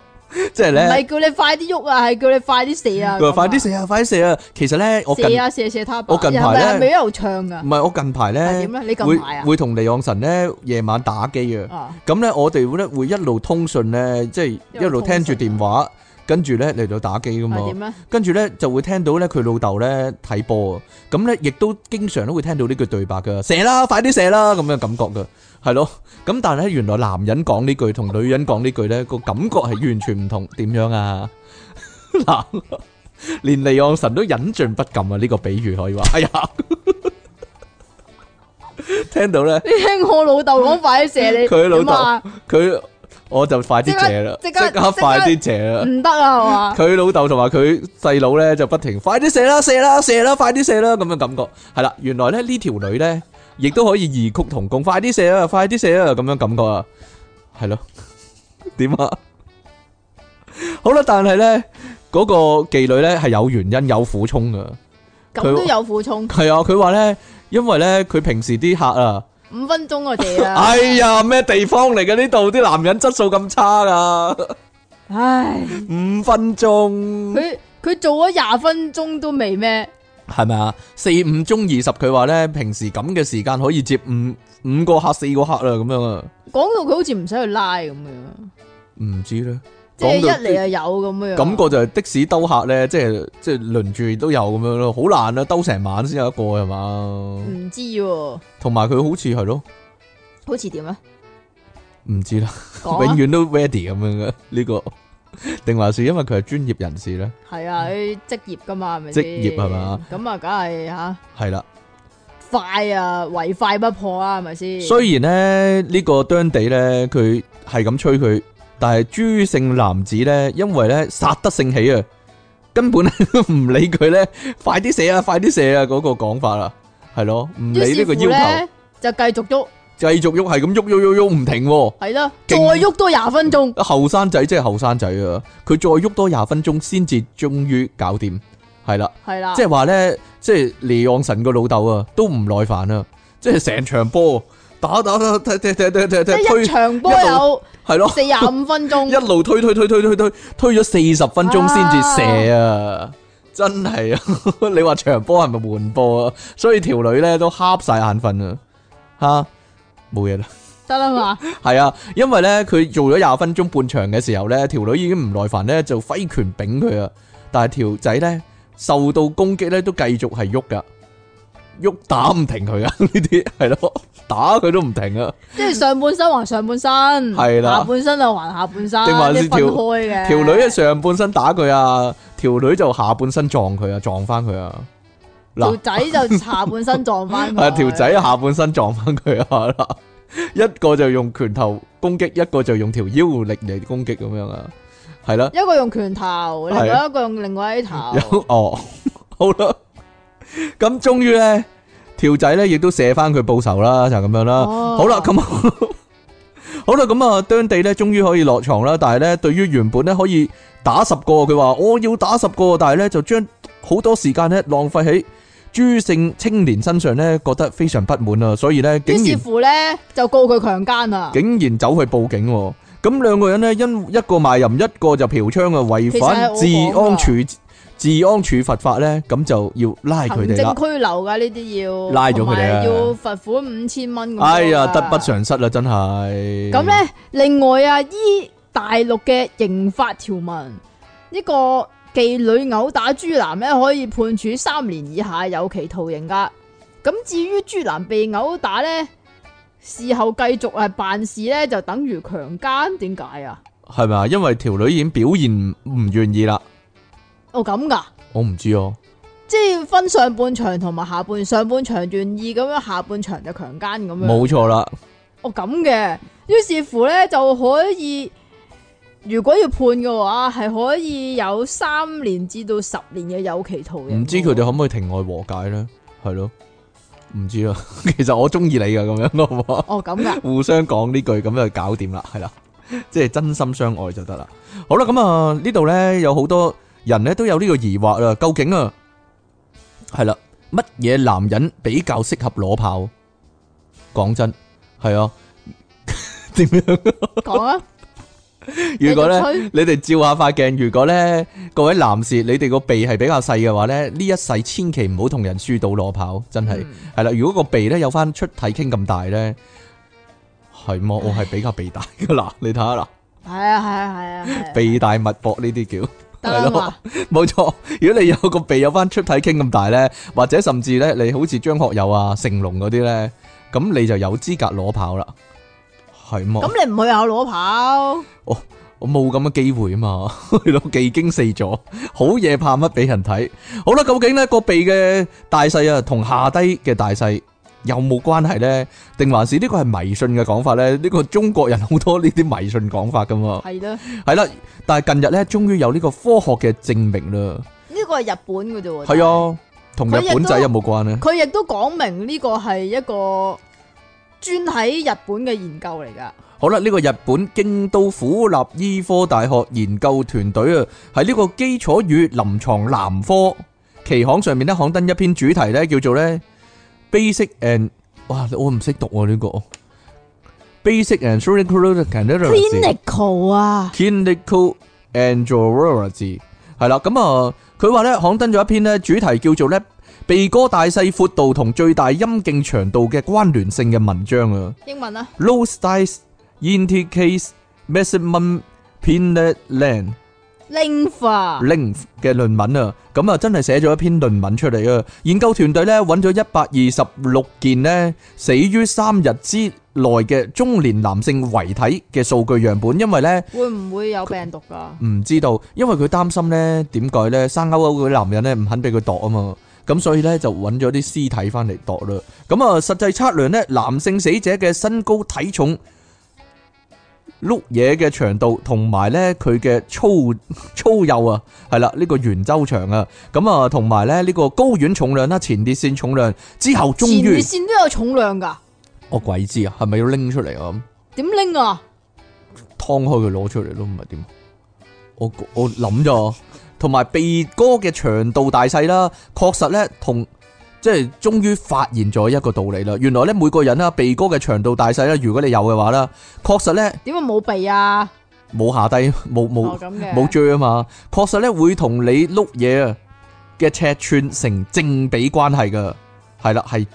A: 即係咧。
B: 係叫你快啲喐啊，係叫你快啲射啊，
A: 佢話
B: 咁啊
A: 快啲射啊，快啲射啊！其實咧，我近
B: 射啊射射他吧，
A: 我近排呢
B: 又係咪一啊路唱噶
A: 唔？係我近排
B: 係
A: 咧
B: 點，咧？你
A: 會
B: 近排啊？
A: 會同離岸神咧夜晚打機啊。
B: 啊，
A: 咁咧，我哋咧會一路通訊咧，即係一路聽住電話，跟住咧嚟到打機噶嘛
B: 啊係。點啊咧？
A: 跟住咧就會聽到咧佢老豆咧睇波啊。咁咧亦都經常都會聽到呢句對白噶，射啦，快啲射啦咁嘅感覺噶，係咯。咁但係咧，原來男人講呢句同女人講呢句咧個感覺係完全唔同，點樣啊？ 嗱，連離岸神都忍俊不禁啊！呢、個比喻可以話，哎呀， 聽到咧
B: 你聽我老豆講快啲射 你，
A: 佢老豆
B: 點啊
A: 佢我就快啲謝啦，即
B: 即刻即刻
A: 刻快啲謝啦。
B: 唔得啊，係嘛？
A: 佢老豆同埋佢細佬咧就不停快啲射啦射啦射啦快啲射啦咁嘅感覺，係啦，原來咧呢條女咧亦都可以異曲同工，快啲射啊快啲射啊咁樣感覺啊，係咯， 點啊？好啦，但係咧嗰個妓女咧係有原因有苦衷噶，
B: 咁
A: 佢
B: 都有苦衷，
A: 係啊，佢話咧因為咧佢平時啲客啊，
B: 五分鐘我哋啊啦。
A: 哎呀咩地方嚟嘅呢度啲男人質素咁差噶，
B: 唉，
A: 五分鐘。
B: 佢佢做咗廿分鐘都未咩？
A: 系咪啊？四五中二十，佢話咧平時咁嘅時間可以接五五個客四個客啦，咁樣啊，
B: 講到佢好似唔使去拉咁樣，
A: 唔知咧。
B: 即係
A: 講
B: 一
A: 到
B: 嚟就有咁樣。
A: 感覺就係的士兜客咧，即係即係輪住都有咁樣咯，好難啊，兜成晚先有一個係嘛。
B: 唔知喎，
A: 同埋佢好似係咯，
B: 好似點啊？
A: 唔知啦，
B: 講
A: 永
B: 啊，
A: 遠都 ready 咁樣嘅呢個，定還是因為佢係專業人士咧？
B: 係啊，佢職業噶嘛，係咪
A: 職
B: 先？
A: 業係嘛？
B: 咁啊，梗係吓
A: 係啦。
B: 快啊，唯快不破啊，係咪先？
A: 雖然咧呢、呢個當地咧，佢係咁催佢但係朱姓男子咧，因為咧殺得性起啊，根本咧都唔理佢咧，快啲射啊，快啲射啊嗰、個講法啦，係咯，唔理
B: 於
A: 呢
B: 是乎
A: 個要求
B: 咧，就繼續喐，，
A: 繼續喐係咁喐喐喐喐唔停喎、
B: 係啦，再
A: 勁
B: 喐多廿分鐘，
A: 後生仔即係後生仔啊！佢再喐多廿分鐘先至終於搞掂，係啦，
B: 係啦
A: 即，係話呢，即係尼昂神個老豆啊，都唔耐煩啊！即係成場波打打打踢踢踢踢踢
B: 即
A: 踢
B: 係一
A: 推，
B: 場波
A: 一路
B: 有
A: 係咯，
B: 四廿五分鐘
A: 一。路推推推推推推推咗四十分鐘先至射啊！真係啊！ 你話場波係咪悶波啊？所以條女呢都瞌晒眼瞓啊！吓，冇嘢啦。
B: 得啦嘛，
A: 係啊，因為咧佢做咗廿分鐘半場嘅時候咧，條女已經唔耐煩咧，就揮拳柄佢啊。但係條仔咧受到攻擊咧，都繼續係喐噶，喐打唔停佢啊！呢啲係咯，打佢都唔停啊。
B: 即係上半身還上半身，
A: 係啦
B: 下半身就還下半身，
A: 定還是
B: 即係分
A: 條
B: 開嘅。
A: 條女嘅上半身打佢啊，條女就下半身撞佢啊，撞翻佢啊。嗱
B: 條。仔就下半身撞翻 佢，
A: 啊條仔下半身撞翻佢啊啦，一個就用拳頭攻擊，一個就用條腰力嚟攻擊咁樣啊，係啦。
B: 一個用拳頭，另
A: 係
B: 外一個用另外一頭，
A: 有哦，好啦，咁終於咧，條仔咧亦都射翻佢報仇啦，就咁樣啦。
B: 哦
A: 啊好啦， 咁好啦，咁啊，當地咧終於可以落床啦。但係咧，對於原本咧可以打十個，佢話我要打十個，但係咧就將好多時間咧浪費喺朱姓青年身上咧，覺得非常不滿啊，所以咧竟
B: 於是
A: 然。
B: 乎咧就告佢強姦啊啦。
A: 竟然走去報警喎。咁兩個人呢，因一個賣淫，一個就嫖娼啊，違反治
B: 其實係我講
A: 安
B: 㗎
A: 處治安處罰法呢，咁就要拉佢
B: 行
A: 哋啦
B: 政。拘留噶呢啲要，
A: 拉咗佢哋啊
B: 同埋要罰款五千蚊咁多㗎。啊
A: 哎呀，
B: à.
A: 得不償失啦，真係。
B: 咁咧，另外啊，依大陸嘅刑法條文，呢、個妓女殴打豬男咧，可以判處三年以下有期徒刑噶。咁至於豬男被殴打咧，事後繼續係辦事咧，就等於強姦，點解啊？
A: 係咪啊？因為條女已經表現唔願意啦，
B: 哦，咁噶，
A: 我唔知哦。
B: 即係分上半場同埋下半，上半場願意咁樣，下半場就強姦咁樣。
A: 冇錯啦，
B: 哦咁嘅，於是乎咧就可以，如果要判嘅話，係可以有三年至到十年嘅有期徒刑。
A: 唔知佢哋可唔可以庭外和解呢？係咯，唔知啊。 其實我中意你噶咁樣，好唔好啊？
B: 哦咁噶，
A: 互相講呢句咁就搞掂啦，係啦， 即係真心相愛就得啦。好啦，咁啊呢度呢，有好多人呢都有呢個疑惑啦，究竟啊係啦，乜嘢男人比較適合攞炮？講真，係啊，點樣？
B: 講啊，
A: 如果呢，
B: 繼續吹
A: 你哋照下塊鏡，如果呢，各位男士你哋個鼻係比較細嘅話呢，呢一世千祈唔好同人輸到攞炮，真係。
B: 嗯
A: 係啦，如果個鼻咧有翻出體傾咁大咧，係麼？我係比較鼻大噶啦， 你睇下啦，
B: 係啊係啊係啊係啊，
A: 鼻大脈搏呢啲叫。
B: 得啦
A: 係咯
B: 嘛，
A: 冇錯，如果你有個鼻有翻出體傾咁大咧，或者甚至咧你好似張學友啊、成龍嗰啲咧，咁你就有資格攞跑啦。係麼？
B: 咁你唔去又攞跑，
A: 我冇咁嘅機會啊嘛， 去到技驚四座，好嘢怕乜俾人睇？好啦，究竟呢個鼻嘅大細啊，同下低嘅大細有冇關係呢？定還是呢個係迷信嘅講法呢？呢、個中國人好多呢啲迷信講法噶嘛，
B: 係啦，
A: 係啦。但係近日呢，終於有呢個科學嘅證明啦，
B: 呢個係日本嘅啫喎。
A: 係啊，同日本仔有冇關呢？
B: 佢亦都講明呢個係一個專喺日本嘅研究嚟㗎。
A: 好啦，呢、個日本京都府立醫科大學研究團隊啊，喺呢個基礎與臨床男科期刊上面咧刊登一篇主題咧叫做咧 Basic and 哇，我唔識讀喎、呢、個 Basic and Clinical 啊 Candidacy
B: clinical 啊，
A: Clinical Andrology 係啦，咁啊，佢話咧刊登咗一篇咧主題叫做咧鼻哥大細闊度同最大陰莖長度嘅關聯性嘅文章啊。
B: 英文啊，
A: low size indicates maximum penis length
B: lymph 啊，
A: length 嘅論文啊，咁啊真係寫咗一篇論文出嚟啊！研究團隊咧揾咗一百二十六件呢死於三日之內嘅中年男性遺體嘅數據樣本，因為呢。
B: 會唔會有病毒㗎？
A: 唔知道，因為佢擔心咧點解咧生勾勾嗰啲男人咧唔肯俾佢度啊嘛，咁所以咧就揾咗啲屍體翻嚟度啦。咁啊，實際測量咧男性死者嘅身高體重碌嘢嘅長度同埋咧佢嘅粗粗幼啊，係啦，呢、個圓周長啊，咁啊同埋咧呢個睾丸重量啦、啊前列腺重量之後，終
B: 前列
A: 於
B: 腺都有重量噶，
A: 我鬼知啊，係咪要拎出嚟啊？咁
B: 點拎啊？
A: 劏開佢攞出嚟咯，唔係點？我我諗咗，同埋鼻哥嘅長度大細啦，確實咧同即係終於發現咗一個道理啦。原來咧每個人啦啊鼻哥嘅長度大細啦，如果你有嘅話啦，確實咧
B: 點解冇鼻啊？
A: 冇下低 冇冇
B: 哦咁嘅，
A: 冇追啊嘛，確實咧會同你碌嘢啊嘅尺寸成正比關係噶，係啦係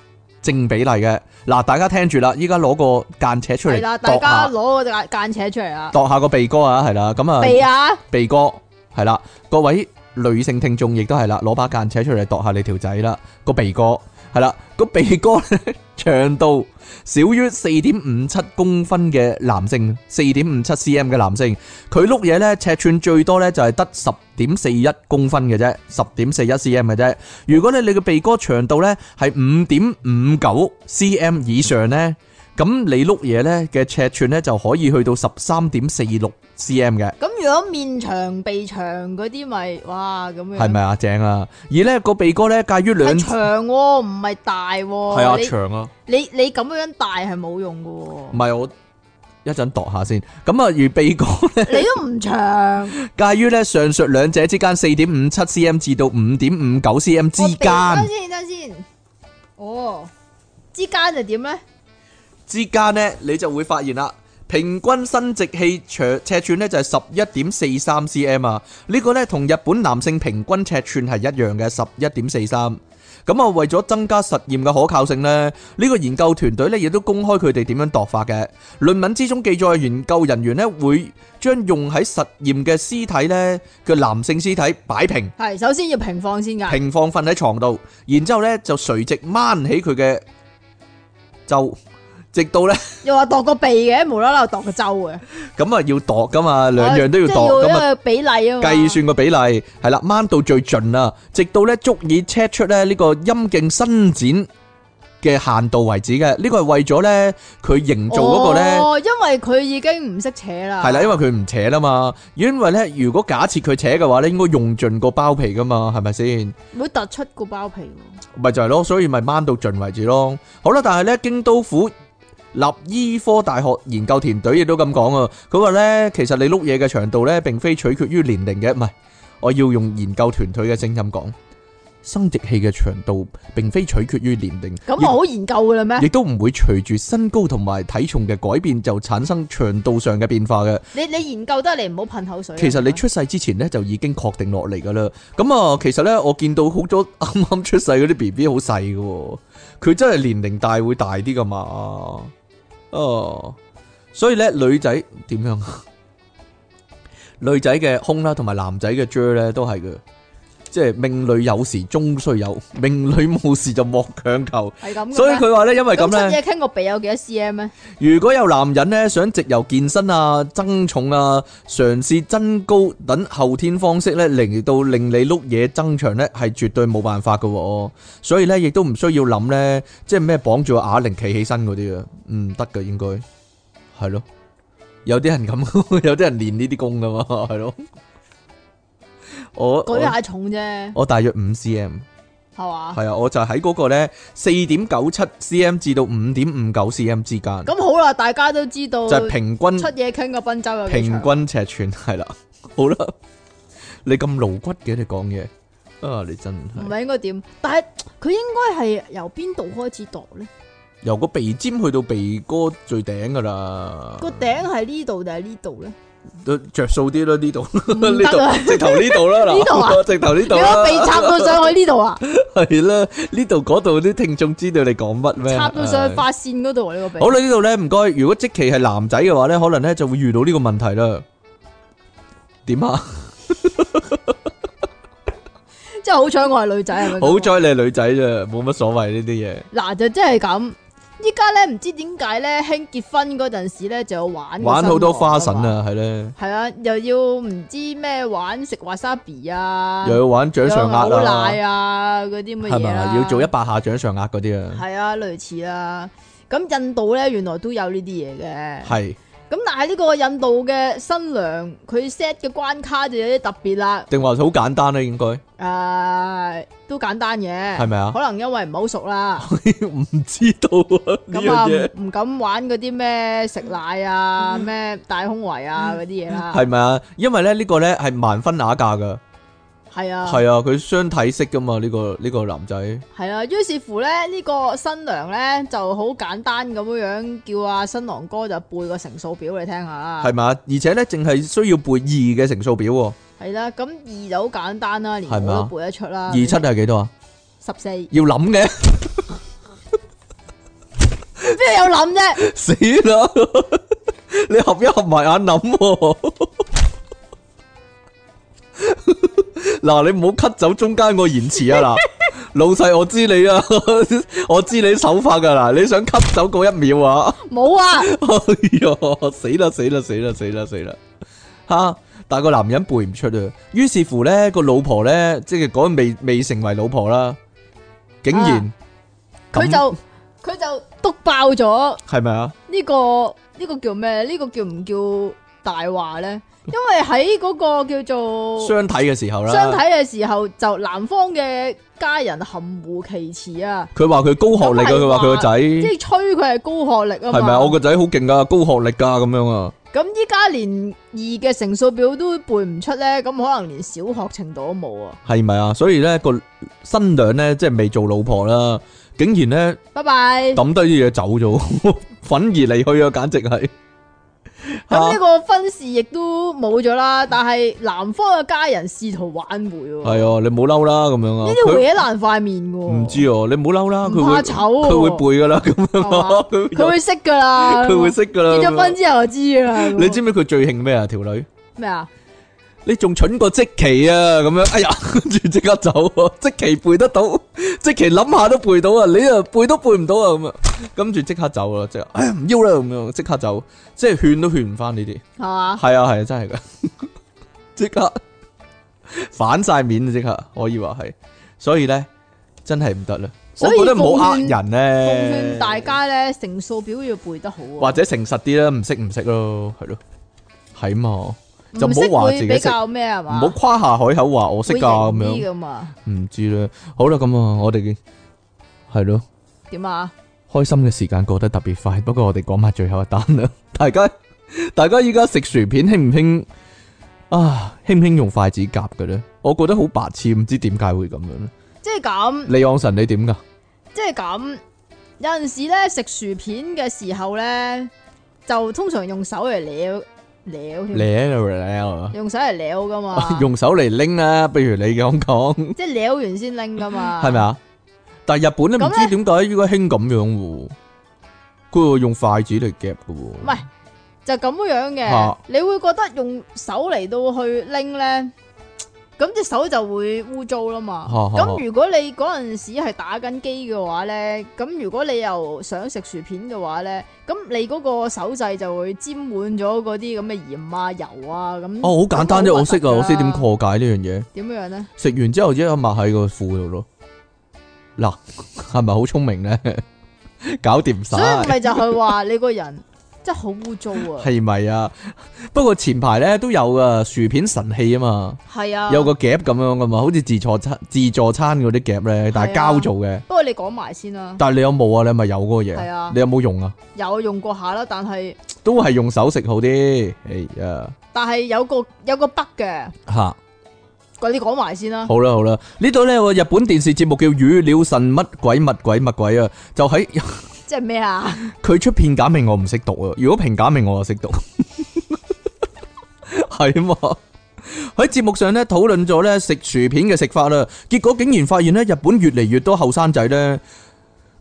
A: 正比例嘅。嗱，大家聽住啦，依家攞個間尺出嚟
B: 係啦，大
A: 度
B: 家
A: 下
B: 攞個間間尺出嚟啊！
A: 度下個鼻哥啊，係啦，咁啊。
B: 鼻啊，
A: 鼻哥係啦，各位女性聽眾亦都係啦，攞把間尺出嚟度下你條仔啦，個鼻哥係啦，個鼻哥咧長度少於四點五七公分嘅男性，四點五七 cm 嘅男性，佢碌嘢咧尺寸最多咧就係得十點四一公分嘅啫，十點四一 cm 嘅啫。如果咧你嘅鼻哥長度咧係五點五九 cm 以上咧，咁你碌嘢咧嘅尺寸咧就可以去到十三點四六 cm 嘅。
B: 咁如果面長鼻長嗰啲咪哇咁樣，
A: 系咪啊？正啊！而呢個鼻哥咧介於兩
B: 係長喎，唔係大
A: 係啊
B: 喎。
A: 長啊，
B: 你你你咁樣大係冇用噶
A: 唔係我一陣度下先。咁啊，如鼻哥咧
B: 喎，你都唔長，
A: 介於咧上述兩者之間四點五七 cm 至到五點五九 cm 之間，
B: 我鼻等陣先等陣先，哦，之間係點咧？
A: 之間咧你就會發現啦。平均生殖器長尺寸咧就係十一點四三 cm 啊，呢個咧同日本男性平均尺寸係一樣嘅十一點四三。咁啊，為咗增加實驗嘅可靠性呢，呢個研究團隊呢亦都公開佢哋點樣度法嘅。論文之中記載，研究人員呢會將用喺實驗嘅屍體呢嘅男性屍體擺平，
B: 係首先要平放先㗎，
A: 平放瞓喺床度，然之後呢就垂直掹起佢嘅就直到呢。
B: 又話度個鼻嘅，無啦啦度個周嘅，
A: 咁啊要度噶嘛，兩樣都要
B: 即
A: 度，
B: 係
A: 咁
B: 一
A: 啊
B: 個比例啊嘛，
A: 計算個比例係啦，掹到最盡啦，直到咧足以 check 出咧呢個陰莖伸展嘅限度為止嘅。呢個係為咗咧佢營造嗰個咧
B: 哦，因為佢已經唔識扯啦，
A: 係啦，因為佢唔扯啦嘛。因為咧如果假設佢扯嘅話咧，應該用盡個包皮噶嘛，係咪先？
B: 會突出個包皮喎。
A: 咪就係咯，所以咪掹到盡為止咯。好啦，但係咧，京都府立醫科大學研究團隊亦都咁講啊，佢話咧，其實你碌嘢嘅長度咧，並非取決於年齡嘅，唔係，我要用研究團隊嘅聲音講，生殖器嘅長度並非取決於年齡，
B: 咁我啊好研究噶啦
A: 亦
B: 咩？
A: 亦都唔會隨住身高同埋體重嘅改變就產生長度上嘅變化嘅。
B: 你你研究得嚟唔好噴口水啊。
A: 其實你出世之前咧就已經確定落嚟噶啦。咁啊，其實咧我見到好多 啱啱出世嗰啲 B B 好細嘅喎，佢真係年齡大會大啲噶嘛。哦，所以咧女仔點樣 啊？女仔嘅胸啦，同埋男仔嘅 J 咧都係嘅，即係命裏有時終須有，命裏冇時就莫強求。
B: 係咁嘅咩，啊
A: 所以佢話咧，因為咁
B: 咁
A: 咧
B: 出。嘢傾個鼻有幾多 cm 咧？
A: 如果有男人咧想藉由健身啊、增重啊、嘗試增高等後天方式咧，令到令你碌嘢增長咧，係絕對冇辦法嘅喎。所以咧，亦都唔需要諗咧，即係咩綁住個啞鈴企起身嗰啲啊，唔得嘅應該係咯。有啲人咁， 有啲人練呢啲功噶嘛， 係咯。我
B: 舉
A: 我
B: 下重啫，
A: 我大約五 cm。
B: 係嘛？
A: 係啊，我就喺嗰個咧四點九七 cm 至到五點五九 cm 之間，
B: 咁好啦，大家都知道
A: 就係平均
B: 出嘢傾個賓州有幾長
A: 平均尺寸 係啦，好啦，你咁露骨嘅你講嘢啊，你真
B: 唔
A: 係
B: 係應該點？但係佢應該係由邊度開始度咧？
A: 由個鼻尖去到鼻哥最頂噶啦，
B: 個頂係呢度定係呢度咧？
A: 都着數啲啦呢度，
B: 唔得啊
A: 呢度直頭呢度 啦，嗱
B: 呢度啊
A: 直頭呢
B: 你
A: 度
B: 個鼻
A: 啦，
B: 插到上去呢度啊？
A: 係啦，呢度嗰度啲聽眾知道你講乜咩？
B: 插到上
A: 唉
B: 去髮線嗰度啊！呢個鼻
A: 啊好啦，呢度咧唔該，如果即期係男仔嘅話咧，可能咧就會遇到呢個問題啦。點啊？
B: 真係好彩我係女仔，係咪咁啊？
A: 好彩你係女仔咋，冇乜所謂呢啲嘢。
B: 嗱就真係咁。依家咧唔知點解咧興結婚嗰陣時咧就有玩個
A: 玩好多
B: 新郎
A: 花神
B: 嘛！
A: 啊，係咧。
B: 係啊，又要唔知咩玩食 wasabi 啊，
A: 又要玩掌上壓
B: 又有
A: 啦
B: 嘔奶，啊嗰啲乜
A: 係
B: 嘢
A: 咪
B: 啦，
A: 啊？要做一百下掌上壓嗰啲啊，
B: 係啊類似啦。咁印度咧原來都有呢啲嘢嘅。
A: 係
B: 咁但係呢個印度嘅新娘，佢 set 嘅關卡就有啲特別啦。
A: 定還是好簡單咧？應該
B: 诶、都簡單嘅，
A: 係咪啊
B: 可能因為唔係好熟啦，
A: 唔知道啊呢
B: 咁
A: 樣
B: 啊
A: 嘢
B: 唔唔敢玩嗰啲咩食奶啊、咩大胸圍啊嗰啲嘢啦。
A: 係咪啊？因為咧呢個咧係萬分雅價噶，
B: 係啊，
A: 係啊，佢雙體式噶嘛呢個呢個男仔。
B: 係啊。於是乎咧，呢、個新娘咧就好簡單咁樣样，叫阿新郎哥就背個乘數表你聽下。
A: 系嘛？啊而且咧，淨係需要背二嘅乘數表喎，
B: 係啦，咁二就好簡單啦，連
A: 係
B: 我
A: 咪啊
B: 都背得出啦。
A: 二七係幾多啊？
B: 十四，邊
A: 要諗嘅，
B: 度有諗啫？
A: 死啦！ 你合一合埋眼諗喎。 嗱，你唔好 cut 走中間個延遲 啊！嗱，老細，我知你啊， 我知你手法噶啦，你想 cut 走嗰一秒啊？
B: 冇啊，
A: 哎呀，死啦死啦死啦死啦死啦！吓，但系个男人背唔出啊。於是乎咧，個老婆咧，即係嗰個未未成為老婆啦，竟然
B: 啊佢就佢就督爆咗。
A: 系咪啊？
B: 呢、個呢、個叫咩？呢、個叫唔叫大話咧？ 因為喺嗰個叫做
A: 相睇嘅時候啦，
B: 相睇嘅時候，就男方嘅家人含糊其辭啊，
A: 佢話佢高學歷啊，
B: 咁係
A: 佢話佢個仔
B: 即係吹佢係高學歷啊嘛。
A: 係咪啊？我個仔好勁噶，高學歷噶咁樣啊，
B: 咁依家連二嘅乘數表都背唔出咧，咁可能連小學程度都冇啊！
A: 係咪啊？所以咧個新娘咧，即係未做老婆啦，竟然咧。
B: 拜拜。
A: 抌低啲嘢走咗， 憤而離去啊！簡直係
B: 咁呢個婚事亦都冇咗啦，但係男方嘅家人試圖挽回
A: 係
B: 喎，
A: 啊，你冇嬲啦咁樣啊！
B: 呢啲
A: 佢
B: 搿爛塊面嘅喎。
A: 唔知哦，你唔好嬲啦，
B: 唔
A: 佢會
B: 怕醜喎
A: 佢會背噶啦，咁樣啊佢
B: 佢會識噶啦，
A: 佢會識噶啦。咁
B: 結咗
A: 樣啊
B: 婚之後就知啦。
A: 你知唔知佢最興咩啊？條女，
B: 咩啊？
A: 你仲蠢過即奇啊！咁樣，哎呀， 跟住即刻走啊！即奇背得到， 即奇諗下都背到啊！你啊背都背唔到啊！咁啊，跟住即刻走啦，即係哎呀唔要啦咁樣，即刻走，即係勸都勸唔翻呢啲。
B: 係嘛？
A: 係啊係啊，真係噶， 即刻反晒面啊！即刻可以話係，所以咧真係唔得啦。我
B: 所以
A: 覺得唔好呃
B: 奉勸
A: 人
B: 奉
A: 咧，
B: 勸大家咧，乘數表要背得好
A: 或
B: 啊，
A: 者誠實啲啦，唔識唔識咯，係咯，係嘛，就
B: 唔識
A: 唔好話
B: 會
A: 自己
B: 比
A: 識，唔
B: 較咩係嘛？
A: 好誇下海口話我識
B: 會
A: 噶咁
B: 型啲
A: 樣，
B: 噶嘛？
A: 唔知啦。好啦，咁啊，我哋嘅係咯，
B: 點啊？
A: 開心嘅時間過得特別快，不過我哋講埋最後一單啦。 大家大家依家食薯片興唔興啊？興唔興用筷子夾嘅咧？我覺得好白痴，唔知點解會咁樣咧。
B: 即係咁，
A: 李昂臣你點噶？
B: 即係咁。有陣時咧食薯片嘅時候咧，就通常用手嚟撩撩添，
A: 撩撩啊！，
B: 用手嚟撩噶嘛
A: 用手嚟拎啦，不如你咁講。
B: 即係撩完先拎噶嘛，
A: 系咪
B: 啊？
A: 啊？但系日本咧唔
B: 咁
A: 知點解依家興咁樣喎，佢會用筷子嚟夾嘅
B: 唔
A: 喎。
B: 係就咁樣嘅
A: 嚇，
B: 你會覺得用手嚟到去拎咧，咁隻手就會污糟啦嘛。
A: 嚇嚇
B: 咁如果你嗰陣時係打緊機嘅話咧，咁如果你又想食薯片嘅話咧，咁你嗰個手掣就會沾滿咗嗰啲咁嘅鹽啊、油啊咁。
A: 哦，好簡單啫，
B: 咁好
A: 我
B: 核
A: 識
B: 突
A: 啊，
B: 㗎
A: 我識點
B: 啦
A: 破解呢樣嘢。
B: 點樣咧？
A: 食完之後即刻抹喺個褲度咯。嗱，係咪好聰明咧？ 搞掂
B: 所以
A: 晒，
B: 咪就係話你個人真係好污糟啊！
A: 係咪啊？不過前排咧都有啊，薯片神器啊嘛，
B: 係啊，
A: 有個夾咁樣噶嘛，好似自助餐自助餐嗰啲夾咧，但係
B: 係啊
A: 膠做嘅。
B: 不過你講埋先啦，
A: 但係你有冇啊？你係咪有嗰個
B: 係
A: 嘢
B: 啊，
A: 你有冇用啊？
B: 有用過下啦，但係
A: 都係用手食好啲。哎呀！
B: 但係有個有個北嘅，
A: 吓，
B: 你講埋先啦。
A: 好啦好啦，呢度呢，有個日本電視節目叫《語鳥神乜鬼乜鬼乜鬼》啊，就喺
B: 即係咩啊？
A: 佢出片假名我唔識讀啊，如果平假名我就識讀， 係嘛？喺節目上呢，討論咗呢食薯片嘅食法啦，結果竟然發現呢，日本越嚟越多後生仔呢，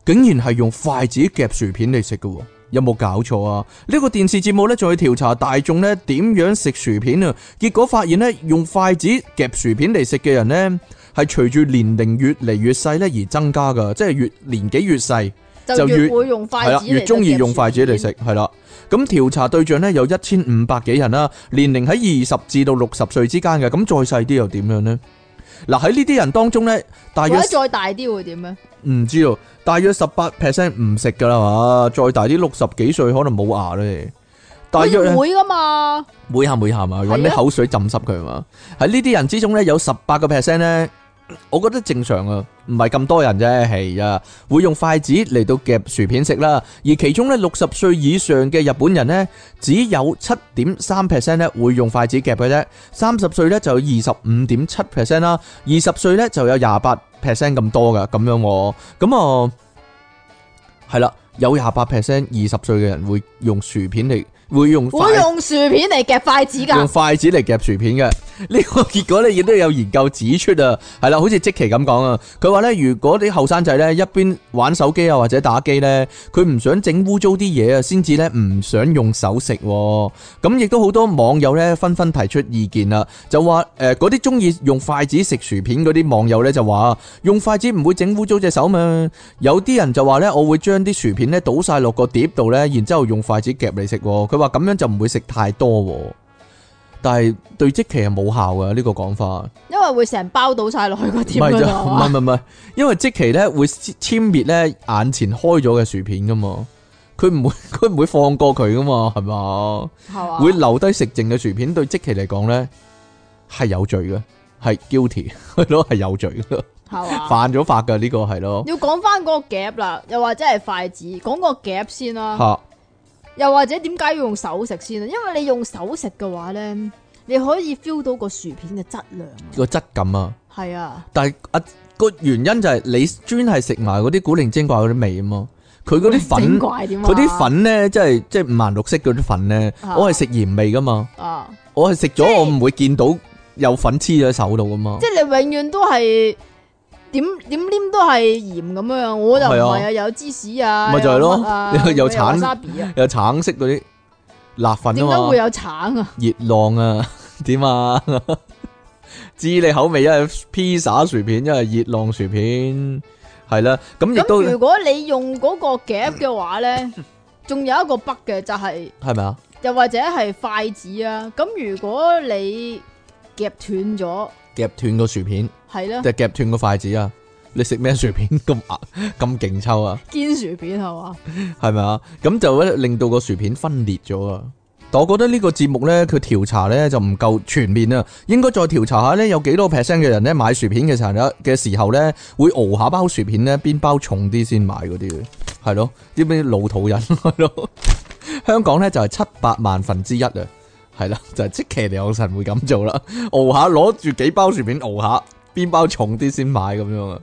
A: 竟然係用筷子夾薯片嚟食嘅喎。有冇搞錯啊？呢、個電視節目呢，仲去調查大眾呢點樣食薯片啊，結果發現呢，用筷子夾薯片嚟食嘅人呢，係隨住年齡越嚟越細呢而增加噶，即係越年紀越細。
B: 就
A: 就越
B: 越會用筷
A: 系
B: 子
A: 啦
B: 嚟，
A: 越中意用筷子嚟
B: 夾
A: 食，係啦。咁調查對象呢，有一千五百幾人啦，年齡喺二十至到六十歲之間嘅，咁再細啲又點樣呢？嗱喺呢啲人當中呢，大
B: 薯
A: 約
B: 片，或者再大啲會點咧？啊
A: 唔知道，大約十八 percent 唔食噶啦嘛，再大啲六十幾歲可能冇牙咧，大約咧。
B: 會噶嘛？
A: 每下每下嘛，
B: 係啊
A: 揾啲口水浸濕佢嘛。喺呢啲人之中咧，有十八個 percent 咧，我覺得正常啊，唔係咁多人啫，係啊，會用筷子嚟到夾薯片食啦。而其中咧，六十歲以上嘅日本人咧，只有七點三 percent 咧會用筷子夾嘅啫。三十歲咧就有二十五點七 percent 啦，二十歲咧就有廿八 percent 咁多噶，咁樣喎。咁啊，係啦，有廿八 percent 二十歲嘅人會用薯片嚟，會用筷
B: 會用薯片嚟夾筷子
A: 用
B: 㗎，
A: 筷子嚟夾薯片嘅 呢個結果咧，亦都有研究指出啊，係啦，好似即奇咁講啊，佢話咧，如果啲後生仔咧一邊玩手機啊或者打機咧，佢唔想整污糟啲嘢啊，先至咧唔想用手食喎。咁亦都好多網友咧紛紛提出意見啦，就話誒嗰啲中意用筷子食薯片嗰啲網友咧就話用筷子唔會整污糟隻手嘛。有啲人就話咧，我會將啲薯片咧倒晒落個碟度咧，然之後用筷子夾嚟食喎。佢話咁樣就唔會食太多喎。但係對即期係冇效嘅呢、個講法，
B: 因為會成包倒晒落去個
A: 唔
B: 碟
A: 係
B: 嗰
A: 就
B: 度
A: 唔
B: 啊
A: 係
B: 嘛
A: 唔係唔係，因為即期咧會殲滅咧眼前開咗嘅薯片噶嘛，佢唔會 佢唔會放過佢噶嘛，係嘛？
B: 係嘛？
A: 會留低食剩嘅薯片對即期嚟講咧係有罪嘅，係 guilty 係咯，係有罪嘅，
B: 係嘛？
A: 犯咗法嘅呢個係咯
B: 要講翻嗰個夾啦，又或者係筷子，講個夾先啦。
A: 嚇，
B: 又或者點解要用手食先啊？因為你用手食嘅話咧，你可以 feel 到個薯片嘅質量啊。
A: 個質感啊！
B: 係啊，
A: 但係啊個原因就係你專係食埋嗰啲古靈精怪嗰啲味啊嘛，佢嗰啲
B: 整
A: 粉。
B: 怪點啊？
A: 佢啲粉咧，即係即係五顏六色嗰啲粉咧，
B: 啊
A: 我係食鹽味噶嘛，
B: 啊，
A: 我係食
B: 即係
A: 咗我唔會見到有粉黐咗手度噶嘛
B: 即，係你永遠都係點點黏都係鹽咁樣，我就唔係
A: 係
B: 啊，有芝士啊，
A: 咪就係咯
B: 有乜 啊
A: 有
B: 有
A: 橙
B: 沙比啊，
A: 有橙色嗰啲辣粉啊
B: 點解
A: 嘛
B: 會，有橙啊？
A: 熱浪啊，點啊？知你口味，因為披薩薯片，因為熱浪薯片，係啦，咁亦 都
B: 咁如果你用嗰個夾嘅話咧，仲有一個北嘅就係、
A: 係咪啊？
B: 又或者係筷子啊。咁如果你夾斷咗，
A: 夾斷個薯片，
B: 係啦，
A: 就夾斷個筷子啊！你食咩薯片咁硬咁勁抽啊？
B: 堅薯片係嘛？
A: 系咪啊？咁就咧令到個薯片分裂咗啊！但我覺得呢個節目呢，佢調查呢就唔夠全面啊，應該再調查下呢，有幾多 percent 嘅人呢買薯片嘅時候呢嘅時候咧，會熬下包薯片呢邊包重啲先買嗰啲，係咯，啲咩老土人係咯。香港呢就係七百萬分之一啊，係啦，就係即其有神會咁做啦，熬下攞住幾包薯片熬下，邊包重啲先買咁樣啊。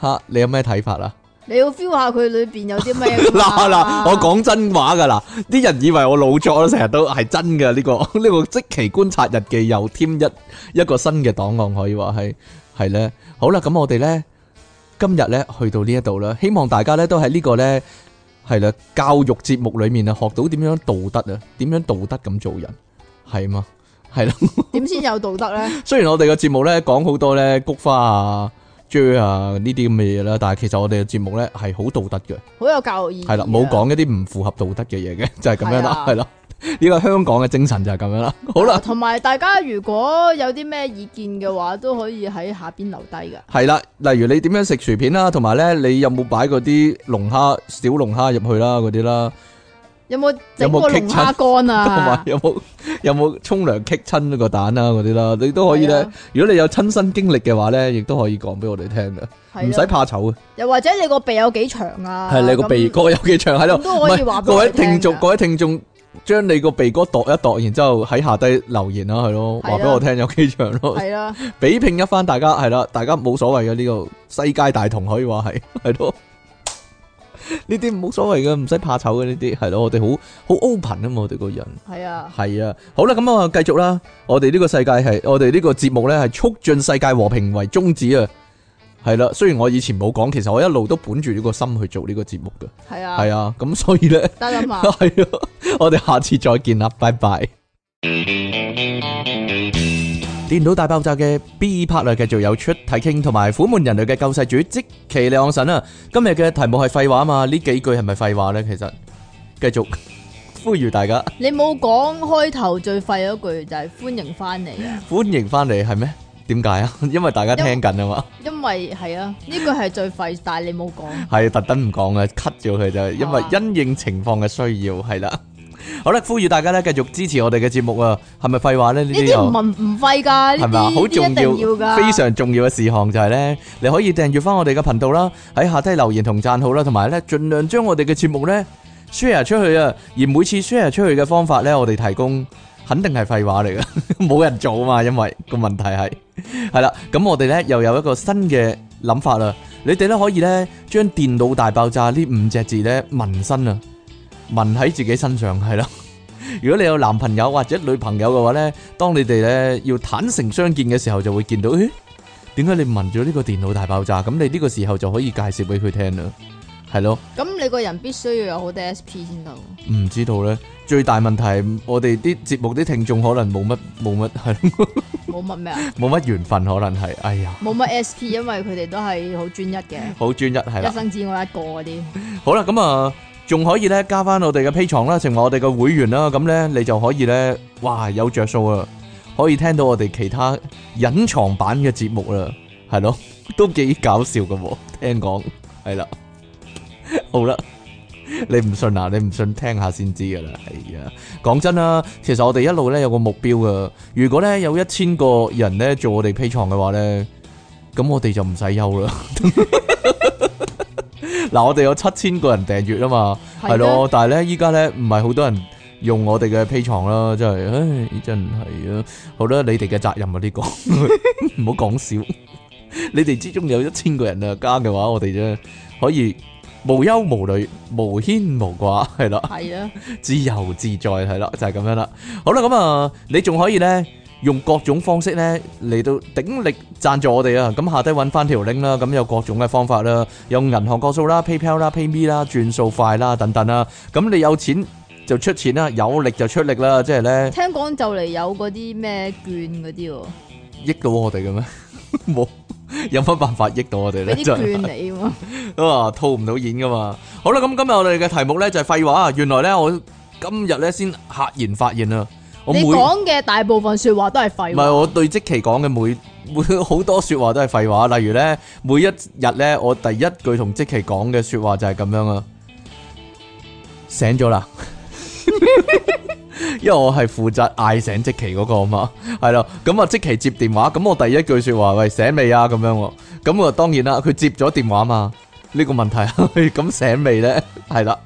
A: 吓，你有咩睇法啊？
B: 你要 feel 下佢裏邊有啲咩啊㗎
A: 嗱
B: 嘛
A: 嗱，我講真話噶啦，啲人以為我老作啦，成日都係真嘅呢個 呢個即期觀察日記又添一一個新嘅檔案，可以話係係咧。好啦，咁我哋咧今日咧去到呢一度啦，希望大家咧都喺呢個咧係啦教育節目裡面啊，學到點樣道德啊，點樣道德咁做人係嘛？係啦，
B: 點先有道德咧？
A: 雖然我哋嘅節目咧講好多咧菊花啊、追啊呢啲咁嘅嘢啦，但係其實我哋嘅節目咧係好道德嘅。
B: 好有教育意義。
A: 系啦，冇。講一啲唔符合道德嘅嘢嘅， 就係咁樣
B: 嗯啊係
A: 啦
B: 啊，
A: 係啦，呢個香港嘅精神就係咁樣啦。好啦，
B: 同埋大家如果有啲咩意見嘅話，都可以喺下邊留低噶。
A: 係啦，例如你點樣食薯片啊啦，同埋咧你有冇擺嗰啲龍蝦、小龍蝦入去啦，嗰啲啦，
B: 有冇整過
A: 有冇棘
B: 龍蝦 乾
A: 同埋
B: 啊？
A: 有冇有冇沖涼棘親個蛋啦，嗰啲啦，你都可以
B: 係
A: 咧
B: 啊。
A: 如果你有親身經歷嘅話咧，亦都可以講俾我哋聽嘅，
B: 係
A: 唔
B: 咯
A: 使怕醜嘅。啊
B: 又或者你個鼻有幾長啊？
A: 係你個鼻哥有幾長喺度？
B: 咁咁都可以話俾
A: 各
B: 我
A: 位
B: 哋聽㗎
A: 聽眾，各位聽眾，將你個鼻哥度一度，然之後喺下低留言啦，係咯，
B: 係啊
A: 話俾我聽有幾長咯。
B: 係啊啦，
A: 比拼一番，大家係啦，大家冇所謂嘅呢個世界大同可以話係 係咯，呢啲冇所謂嘅，唔使怕醜嘅呢啲係咯，我哋好好 open 啊嘛，我哋個人
B: 係啊，
A: 係啊，好啦，咁啊繼續啦，我哋呢個世界係我哋呢個節目呢係促進世界和平為宗旨啊，係啦，雖然我以前冇講，其實我一路都本住呢個心去做呢個節目嘅，
B: 係啊，
A: 係啊，咁所以呢。
B: 得啦 嘛。
A: 系啊，我哋下次再见啦，拜拜。电脑大爆炸嘅 B part 啊，继续有出睇倾同埋苦闷人类嘅救世主即其亮神啊！今日嘅题目系废话嘛？呢几句系咪废话呢？其实继续 呼吁大家
B: 你冇講開頭最廢嗰句就係歡迎翻嚟啊，
A: 欢迎翻嚟，系咩？点解啊？ 因为大家听紧啊 嘛，
B: 因為係啊，呢句係最廢，但係你冇講。
A: 系特登唔讲啊，cut 咗佢就係因为
B: 啊
A: 因应情况嘅需要，系啦。好啦，呼籲大家咧繼續支持我哋嘅節目啊，係咪廢話咧？呢
B: 呢
A: 啲
B: 啲唔
A: 又
B: 文唔廢㗎，呢
A: 係咪啊？
B: 啲
A: 好重
B: 呢啲一定要㗎，
A: 非常重要嘅事項就係咧，你可以訂閱翻我哋嘅頻道啦，喺下低留言同讚好啦，同埋咧盡量將我哋嘅節目咧 share 出去啊。而每次 share 出去嘅方法咧，我哋提供肯定係廢話嚟嘅， 冇人做啊嘛，因為個問題係係啦。咁我哋咧又有一個新嘅諗法啦，你哋咧可以咧將電腦大爆炸呢五隻字咧紋身啊，紋喺自己身上係啦。如果你有男朋友或者女朋友嘅話咧，當你哋咧要坦誠相見嘅時候，就會見到，咦？點解你聞咗呢個電腦大爆炸？咁你呢個時候就可以介紹俾佢聽啦，係咯？
B: 咁你個人必須要有好多 SP 先得喎。
A: 唔知道咧，最大問題係我哋啲節目啲聽眾可能冇乜冇乜係咯
B: 冇乜咩啊？
A: 冇乜緣分，可能係，哎呀，
B: 冇乜 SP，因為佢哋都係好專一嘅，
A: 好專一係啦
B: 一。生只愛一個嗰啲。
A: 好啦，咁啊，仲可以咧加翻我哋嘅 P 床啦，成為我哋嘅會員啦，咁咧你就可以咧，哇有着數啊，可以聽到我哋其他隱藏版嘅節目啦， 係咯，都幾搞笑噶喎，聽講係啦，好啦。你唔信啊？你唔信聽下先知噶啦，係啊！講真啦，其實我哋一路咧有個目標噶，如果咧有一千個人咧做我哋 P 床嘅話咧，咁我哋就唔使憂啦。 嗱，我哋有七千個人訂閱啊嘛，
B: 係
A: 係咯，但係咧依家咧唔係好多人用我哋嘅 P 床啦，真係，唉，真係啊！好啦，你哋嘅責任啊呢個， 唔好講笑。你哋之中有一千個人啊加嘅話，我哋啫可以無憂無慮、無牽無掛，係啦。
B: 係啊，
A: 自由自在係啦，就係、咁樣啦。好啦，咁啊，你仲可以呢，用各種方式呢嚟到鼎力贊助我哋啊。咁下低揾翻條 link 啦，咁有各種嘅方法啦，有銀行個數啦、PayPal 啦、PayMe 啦、轉數快啦等等啦。咁你有錢就出錢啦，有力就出力啦，即係呢，
B: 聽講就嚟有嗰啲咩券嗰啲喎，
A: 益到我哋嘅咩？ 冇，有乜辦法益到我哋呢？
B: 俾啲
A: 真係
B: 券你喎。
A: 啊，套唔到演噶嘛。好啦，咁今日我哋嘅題目呢就係廢話。啊原來呢，我今日呢先赫然發現啊，我
B: 你
A: 每
B: 講嘅大部分説話都係廢
A: 唔係
B: 話，
A: 我對即期講嘅每每 好多説話都係廢話，例如咧每一日咧我第一句同即期講嘅説話就係咁樣啊，醒咗啦， 因為我係負責嗌醒即期嗰個啊嘛，係咯，咁啊即期接電話，咁我第一句説話喂醒未啊咁樣喎，咁啊當然啦，佢接咗電話嘛，呢、個問題 咁醒未咧，係啦。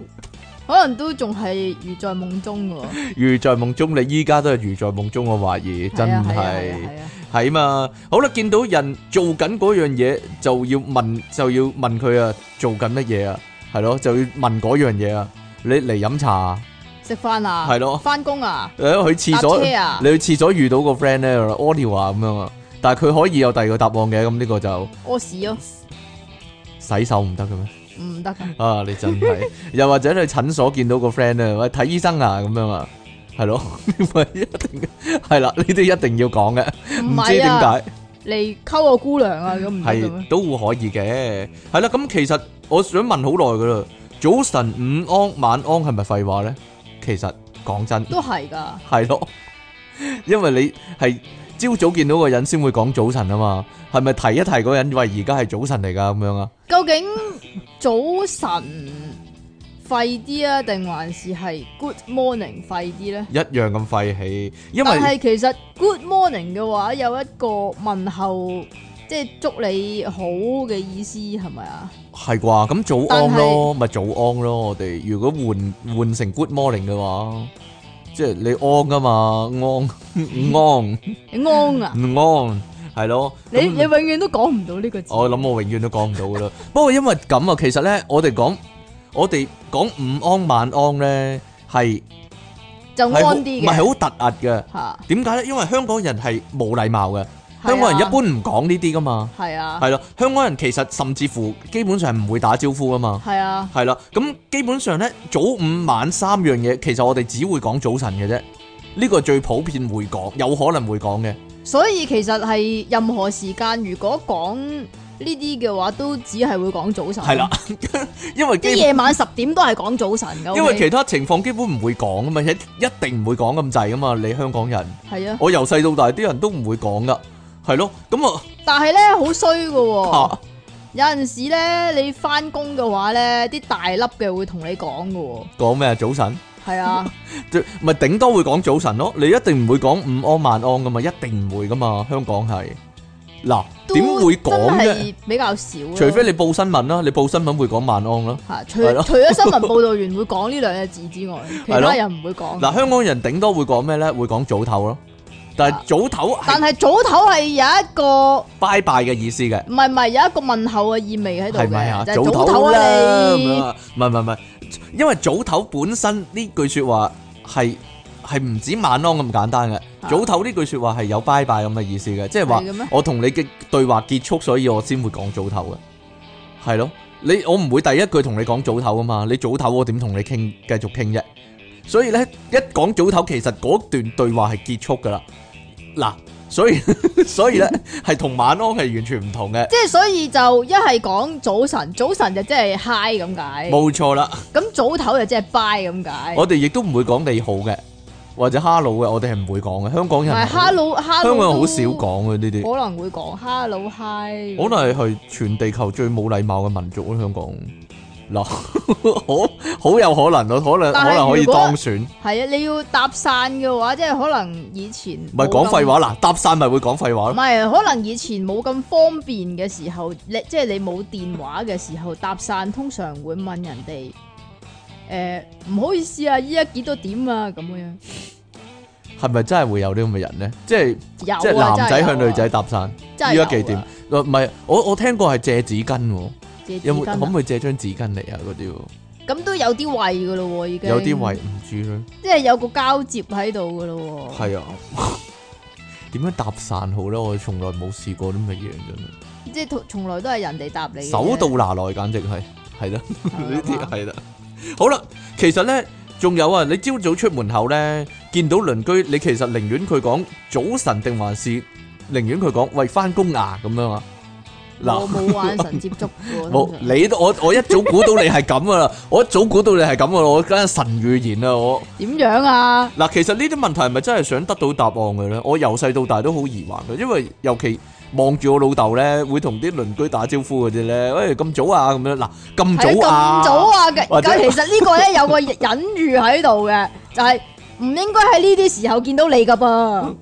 B: 可能都仲係如在夢中 嘅喎。
A: 如在夢中，你依家都係如在夢中，我懷疑真
B: 係啊係啊
A: 係
B: 係啊係啊
A: 係嘛。好啦，見到人做緊嗰樣嘢，就要問就要問佢啊，做緊乜嘢啊？係咯，就要問嗰樣嘢啊。你嚟飲茶啊
B: 食飯啊，
A: 係咯
B: 翻工啊，
A: 誒去廁所，
B: 搭車啊
A: 你去廁所遇到個 friend 咧屙尿啊咁樣啊，但係佢可以有第二個答案嘅，咁呢個就
B: 屙屎咯，
A: 洗手唔得嘅咩？
B: 唔得㗎。
A: 啊，你真係，又或者你去診所見到個 friend 啊，喂睇醫生啊咁樣啊，係 咯，咪一定係啦，呢啲一定要講嘅，
B: 唔
A: 唔知
B: 係
A: 點
B: 啊，
A: 解
B: 嚟溝個姑娘啊，咁唔得嘅咩
A: 係？都會可以嘅，係啦，咁其實我想問好耐噶啦，早晨、午安、晚安係咪廢話咧？其實講真
B: 都係㗎，
A: 係咯，因為你係朝早見到個人先會講早晨啊嘛，係咪提一提嗰個人喂而家係早晨嚟㗎咁樣啊？
B: 究竟早晨廢啲啊，定還是係 Good morning 廢啲咧？
A: 一樣咁廢氣，因
B: 但
A: 為
B: 係其實 Good morning 嘅話有一個問候，即係祝你好嘅意思係咪啊？
A: 係啩？咁早
B: 但
A: 安
B: 係
A: 咯，咪早安咯。我哋如果換換成 Good morning 嘅話，即係你安 噶嘛，安安。
B: 你安啊？
A: 唔安，係咯。
B: 你
A: 嗯咁
B: 你永遠都講唔到呢個字。
A: 我諗我永遠都講唔到噶 啦。不過因為咁啊，其實咧，我哋講我哋講午安晚安咧，係
B: 就
A: 係好
B: 安
A: 唔
B: 啲
A: 係
B: 嘅
A: 好突兀嘅。
B: 嚇，
A: 點解咧？因為香港人係冇禮貌嘅，
B: 啊
A: 香港人一般唔講呢啲噶嘛。
B: 係啊
A: 係咯，香港人其實甚至乎基本上唔會打招呼噶嘛。
B: 係啊，
A: 係啦，咁基本上咧，早午晚三樣嘢，其實我哋只會講早晨嘅啫。呢個最普遍會講，有可能會講嘅。
B: 所以其實係任何時間，如果講呢啲嘅話，都只係會講早晨。
A: 係啦， 因為基
B: 即
A: 本
B: 係夜晚十點都係講早晨噶。
A: 因為
B: OK？
A: 其他情況基本唔會講噶嘛，一一定唔會講咁滯噶嘛。你香港人，
B: 係啊，
A: 我由細到大啲人都唔會講噶，係咯。咁
B: 但係咧好衰噶喎。
A: 啊，
B: 有陣時咧，你翻工嘅話咧，啲大粒嘅會同你講嘅喎，
A: 講咩啊？早晨
B: 系啊，
A: 最-咪頂多會講早晨咯，你一定唔會講午安、晚安㗎嘛，一定唔會㗎嘛，香港係。嗱，
B: 都
A: 點會講啫？
B: 真係比較少咯。
A: 除非你報新聞啦，你報新聞會講晚安啦。
B: 係除
A: 係咯
B: 除咗新聞報導員會講呢兩隻字 之外，其
A: 係咯
B: 他人唔會講。
A: 嗱，香港人頂多會講咩呢？會講早唞咯。但係
B: 啊。
A: 早唞係
B: 但係早唞係有一個
A: 拜拜嘅意思嘅，
B: 唔係唔係有一個問候嘅意味喺度
A: 係咪啊？
B: 嘅，就
A: 早
B: 係
A: 唞
B: 唞啊你。
A: 啦，咁樣啊。唔係，唔係，唔係，因為早唞本身呢句說話係-係唔止晚安咁簡單嘅，
B: 啊。
A: 早唞呢句說話係有拜拜咁嘅意思嘅，即係話
B: 係嘅咩？
A: 我同你嘅對話結束，所以我先會講早唞嘅，係咯。你我唔會第一句同你講早唞啊嘛，你早唞我點同你傾繼續傾啫？所以咧，一講早唞，其實嗰段對話係結束噶啦。嗱，所以 所以咧係同晚安係完全唔同嘅，
B: 即係所以就一係講早晨，早晨就即係 hi 咁解，
A: 冇錯啦。
B: 咁早唞就即係 bye 咁解。
A: 我哋亦都唔會講你好嘅，或者 hello 嘅，我哋係唔會講嘅。香港
B: 唔
A: 人
B: 係 hello hello，
A: 香港人好
B: 都
A: 少講嘅呢啲，
B: 可能會講 hello hi，
A: 可能係全地球最冇禮貌嘅民族咯，香港。嗱， 好好有可能咯，可能
B: 但係
A: 可能可以
B: 如果
A: 當選，
B: 係啊，你要搭訕嘅話，即係可能以前
A: 唔
B: 冇
A: 係
B: 咁
A: 講廢話嗱，搭訕咪會講廢話咯，
B: 唔係，可能以前冇咁方便嘅時候，你即係你冇電話嘅時候搭訕，通常會問人哋誒唔好意思啊，依家幾多點啊咁樣。
A: 係咪真係會有啲咁嘅人咧？即係
B: 有啊
A: 即係男仔
B: 真係有啊
A: 向女仔搭訕，
B: 真係
A: 依
B: 有
A: 家
B: 啊
A: 幾點？哦唔係我我聽過係借紙巾喎，
B: 借
A: 有
B: 紙
A: 冇
B: 巾啊
A: 可唔可以借張紙巾嚟啊？嗰啲喎
B: 咁都有啲位噶咯喎，已經
A: 有啲位，唔知咧，
B: 即係有個交接喺度噶咯喎。
A: 係啊， 點樣搭訕好咧？我從來冇試過啲乜嘢真
B: 即係從從來都係人哋答你嘅
A: 係，
B: 啫。
A: 手到拿來簡直係係啦。
B: 係
A: 呢
B: 嘛
A: 啲係啦。好啦，其實咧仲有啊，你朝早出門口咧，見到鄰居，你其實寧願佢講早晨定還是寧願佢講喂翻工啊咁樣啊？嗱
B: 我。冇眼神接觸嘅喎。
A: 冇
B: 通常
A: 你都我我一早估到你係咁噶啦，我一早估到你係咁噶啦，我梗係神預言啦我
B: 點樣啊？
A: 嗱，其實呢啲問題係咪真係想得到答案嘅咧？我由細到大都好疑惑嘅，因為尤其望住我老豆咧，會同啲鄰居打招呼嗰啲咧，喂咁早啊咁樣嗱，
B: 係
A: 咁
B: 咁
A: 早啊，
B: 早啊嘅，
A: 或者
B: 咁其實呢個咧有個隱喻喺度嘅，就係唔應該喺呢啲時候見到你噶噃。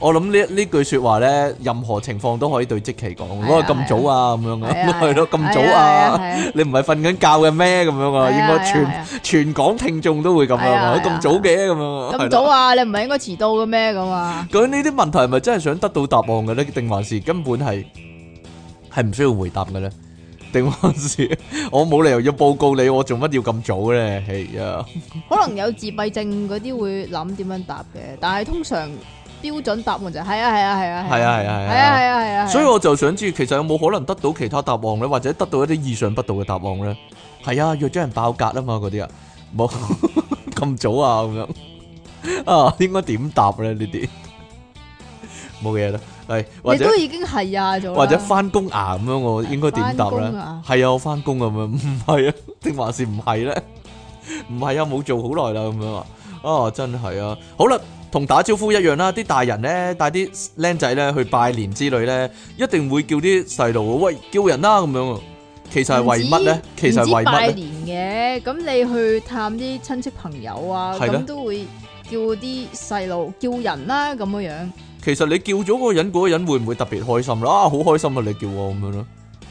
A: 我諗呢呢句说話咧，任何情況都可以對即期講，
B: 啊
A: 嗰個咁早啊咁樣啊， 係咯咁早啊，
B: 係
A: 你唔係瞓緊覺嘅咩咁樣
B: 係
A: 啊？
B: 啊
A: 應該全
B: 係啊
A: 全港聽眾都會咁樣
B: 係啊
A: 啊，
B: 係啊
A: 咁早嘅咁樣啊，
B: 咁
A: 係
B: 早
A: 咯。
B: 啊，你唔係應該遲到嘅咩咁啊？
A: 究竟呢啲問題係咪真係想得到答案嘅咧？定還是根本係係唔需要回答嘅咧？定還是 我冇理由要報告你，我做乜要咁早咧？係啊，
B: 可能有自閉症嗰啲會諗點樣答嘅，但係通常標準答案就係係啊係啊係啊
A: 係啊係啊係
B: 係
A: 啊
B: 啊係啊係啊，
A: 所以我就想知，其實有冇可能得到其他答案咧，或者得到一啲意想不到嘅答案咧？係啊，約咗人爆格啊嘛，嗰啲啊，冇 咁早啊咁樣 啊，應該點答咧？呢啲冇嘢啦，係或
B: 你
A: 者
B: 都已經係啊咗啦，
A: 或者翻工啊咁樣，我應該點答
B: 返
A: 咧
B: 工啊？
A: 係啊，我翻工咁樣， 唔係啊，定還是唔係咧？ 唔係啊，冇做好耐啦咁樣啊，啊真係啊，好啦。同打招呼一樣啦，啲大人咧帶啲僆仔咧去拜年之類咧，一定會叫啲細路喂叫人啦咁樣啊。其實係為乜咧
B: 唔？
A: 其實係
B: 唔止
A: 為乜
B: 拜
A: 咧？
B: 年嘅，咁你去探啲親戚朋友啊，
A: 係啦
B: 咁都會叫啲細路叫人啦咁樣 樣，
A: 其實你叫咗嗰個人，嗰、個人會唔會特別開心啦？啊，好開心啊！你叫我咁樣咯。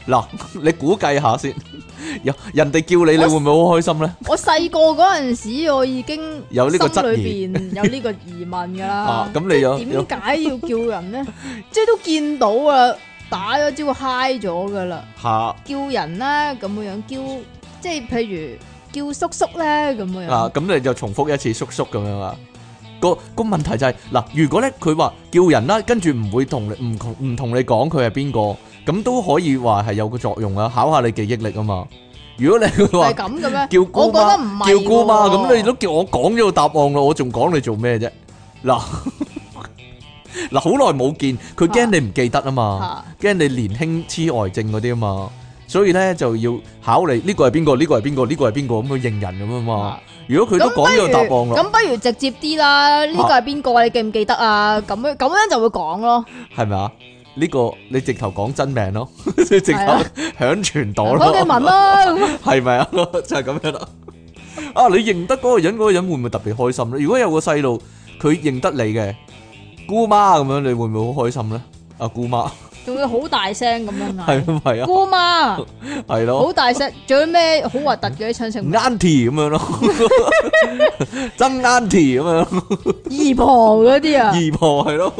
A: 嗱， 你估計下先， 人人哋叫你，你
B: 我
A: 會唔會好開心咧？
B: 我細個嗰陣時，我已經
A: 有呢個
B: 心
A: 質
B: 裏
A: 疑
B: 邊有呢個疑問噶啦
A: 啊。咁你有
B: 即係
A: 有
B: 點解要叫人呢？ 即係都見到啊，打咗招嗨咗噶啦，
A: 嚇！
B: 叫人啦咁樣樣，叫即係譬如叫叔叔咧咁樣
A: 啊，
B: 樣，
A: 咁你就重複一次叔叔咁樣啊。個個問題就係、嗱，如果咧佢話叫人啦，跟住唔會同你唔同唔同你講佢係邊個，咁都可以話係有個作用啊，考下你記憶力啊嘛。如果你話
B: 係咁嘅咩？
A: 叫姑
B: 我覺得唔
A: 媽，
B: 係
A: 叫姑媽，
B: 喎
A: 咁你都叫我講咗個答案啦，我仲講你做咩啫？嗱嗱，好耐冇見，佢驚你唔記得啊嘛。
B: 嚇
A: 驚你年輕痴呆症嗰啲啊嘛，所以咧就要考慮呢個係邊個，呢個係邊個，呢個係邊個咁去認人咁啊嘛
B: 啊。
A: 如果佢都講咗個答案
B: 咁
A: 咯，
B: 不如直接啲啦，呢個係邊個？你記唔記得啊？咁樣咁樣就會講咯。
A: 係咪啊？呢個你直頭講真名咯， 直頭
B: 係啊
A: 響傳朵
B: 講嘅文
A: 咯，
B: 啦，咁
A: 係咪啊？就係咁樣啦。啊，你認得嗰個人，嗰、個人會唔會特別開心咧？如果有個細路佢認得你嘅姑媽咁樣，你會唔會好開心咧？啊，姑媽
B: 仲要好大聲咁樣嗌
A: 係咪啊？
B: 姑媽，
A: 係咯
B: 好大聲，仲有咩好核突嘅啲親情？
A: ，auntie 咁樣 咯， 真 auntie 咁樣咯，
B: 姨婆嗰啲啊，
A: 姨婆係咯，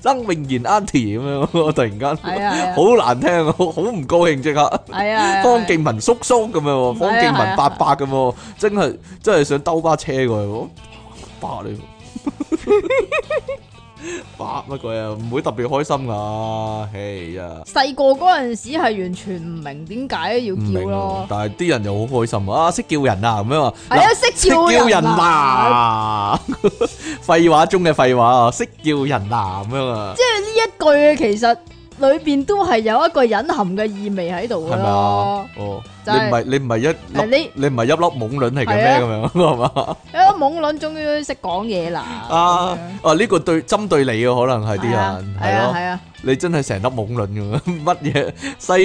A: 曾穎賢 auntie 咁 樣咯，突然間
B: 係啊係啊
A: 好難聽啊，好好唔高興即刻。
B: 係啊，
A: 方敬文叔叔咁樣喎，
B: 係啊
A: 方敬
B: 係啊
A: 文伯伯咁喎，真係真係想兜巴車過去喎，伯 你，伯乜鬼啊？唔會特別開心噶，唉呀，
B: 細個嗰陣時係完全唔明點解要
A: 唔明
B: 叫
A: 喎
B: 咯，
A: 但係啲人又好開心啊，識叫人啊咁樣啊，
B: 係
A: 嗱
B: 啊，識
A: 識
B: 叫
A: 叫
B: 人
A: 人
B: 啊！
A: 啦，廢話中嘅廢話啊，識叫人啦咁樣啊，
B: 即係呢一句其實裏邊都係有一個隱含嘅意味喺度
A: 係
B: 噶
A: 咪啊
B: 咯。？
A: 哦，你
B: 就係
A: 唔係你唔係一
B: 誒
A: 粒
B: 你
A: 你唔係一粒懵卵嚟嘅咩咁樣係嘛？
B: 啊，懵卵終於識講嘢啦！
A: 啊啊！呢個對針對你嘅可能係
B: 咁樣
A: 啲人
B: 係
A: 係
B: 啊
A: 咯，
B: 係啊
A: 你真係成粒懵卵咁 樣，乜嘢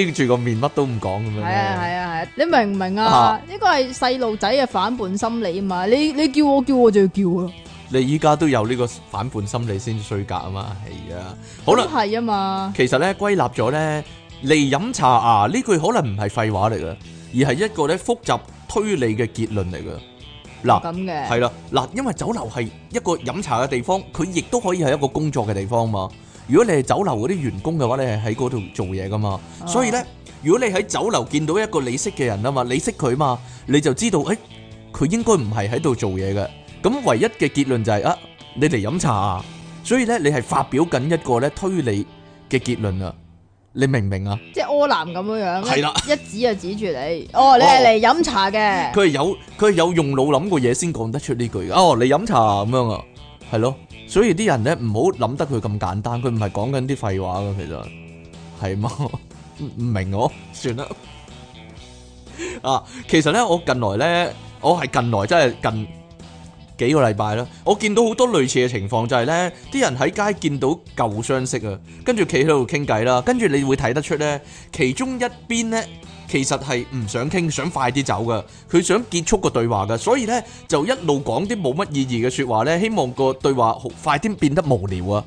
A: 西住個面乜都唔講咁樣
B: 係啊係
A: 咧。
B: 啊係啊！你明唔明啊
A: 啊？
B: 呢個係細路仔嘅反叛心理啊嘛！你你叫我叫我就要叫咯，
A: 你依家都有呢個反叛心理先至衰格啊嘛，係啊。好啦
B: 都，係啊嘛，
A: 其實咧歸納咗咧嚟飲茶啊呢句可能唔係廢話嚟嘅，而係一個咧複雜推理嘅結論嚟嘅。嗱。
B: 咁嘅
A: 係啦，嗱，因為酒樓係一個飲茶嘅地方，佢亦都可以係一個工作嘅地方嘛。如果你係酒樓嗰啲員工嘅話，你係喺嗰度做嘢噶嘛。
B: 哦
A: 所以呢，如果你喺酒樓見到一個你識嘅人啊嘛，你識佢嘛，你就知道，誒、佢應該唔係喺度做嘢嘅。咁唯一嘅結論就係、啊，你嚟飲茶啊。所以呢，你係發表緊一個咧推理嘅結論啊。你明唔明啊？
B: 即係柯南咁樣樣，
A: 係啦
B: 一指就指住你，哦，你係嚟飲茶嘅，
A: 佢係有佢係有用腦諗過嘢先講得出呢句嘅。哦，你飲茶咁樣啊，係咯。所以啲人咧唔好諗得佢咁簡單，佢唔係講緊啲廢話嘅，其實係嘛？唔唔明我算啦。啊，其實咧，我近來咧，我係近來真係近幾個禮拜啦，我見到好多類似嘅情況，就係咧啲人喺街見到舊相識啊，跟住企喺度傾偈啦，跟住你會睇得出咧，其中一邊咧。其實係唔想傾，想快啲走噶。佢想結束個對話噶，所以呢，就一路講啲冇乜意義嘅説話呢，希望個對話好快啲變得無聊啊。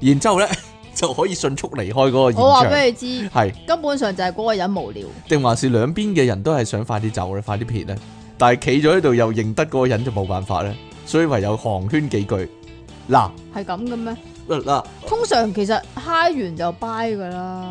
A: 然之後呢， 就可以迅速離開嗰個現
B: 我話
A: 場。
B: 俾你知，
A: 係
B: 根本上就係嗰個人無聊，
A: 定還是兩邊嘅人都係想快啲走咧，快啲撇呢？但係企咗喺度又認得嗰個人就冇辦法呢，所以唯有寒暄幾句。嗱
B: 係咁嘅咩？
A: 嗱，
B: 通常其實嗨完就 bye 噶啦，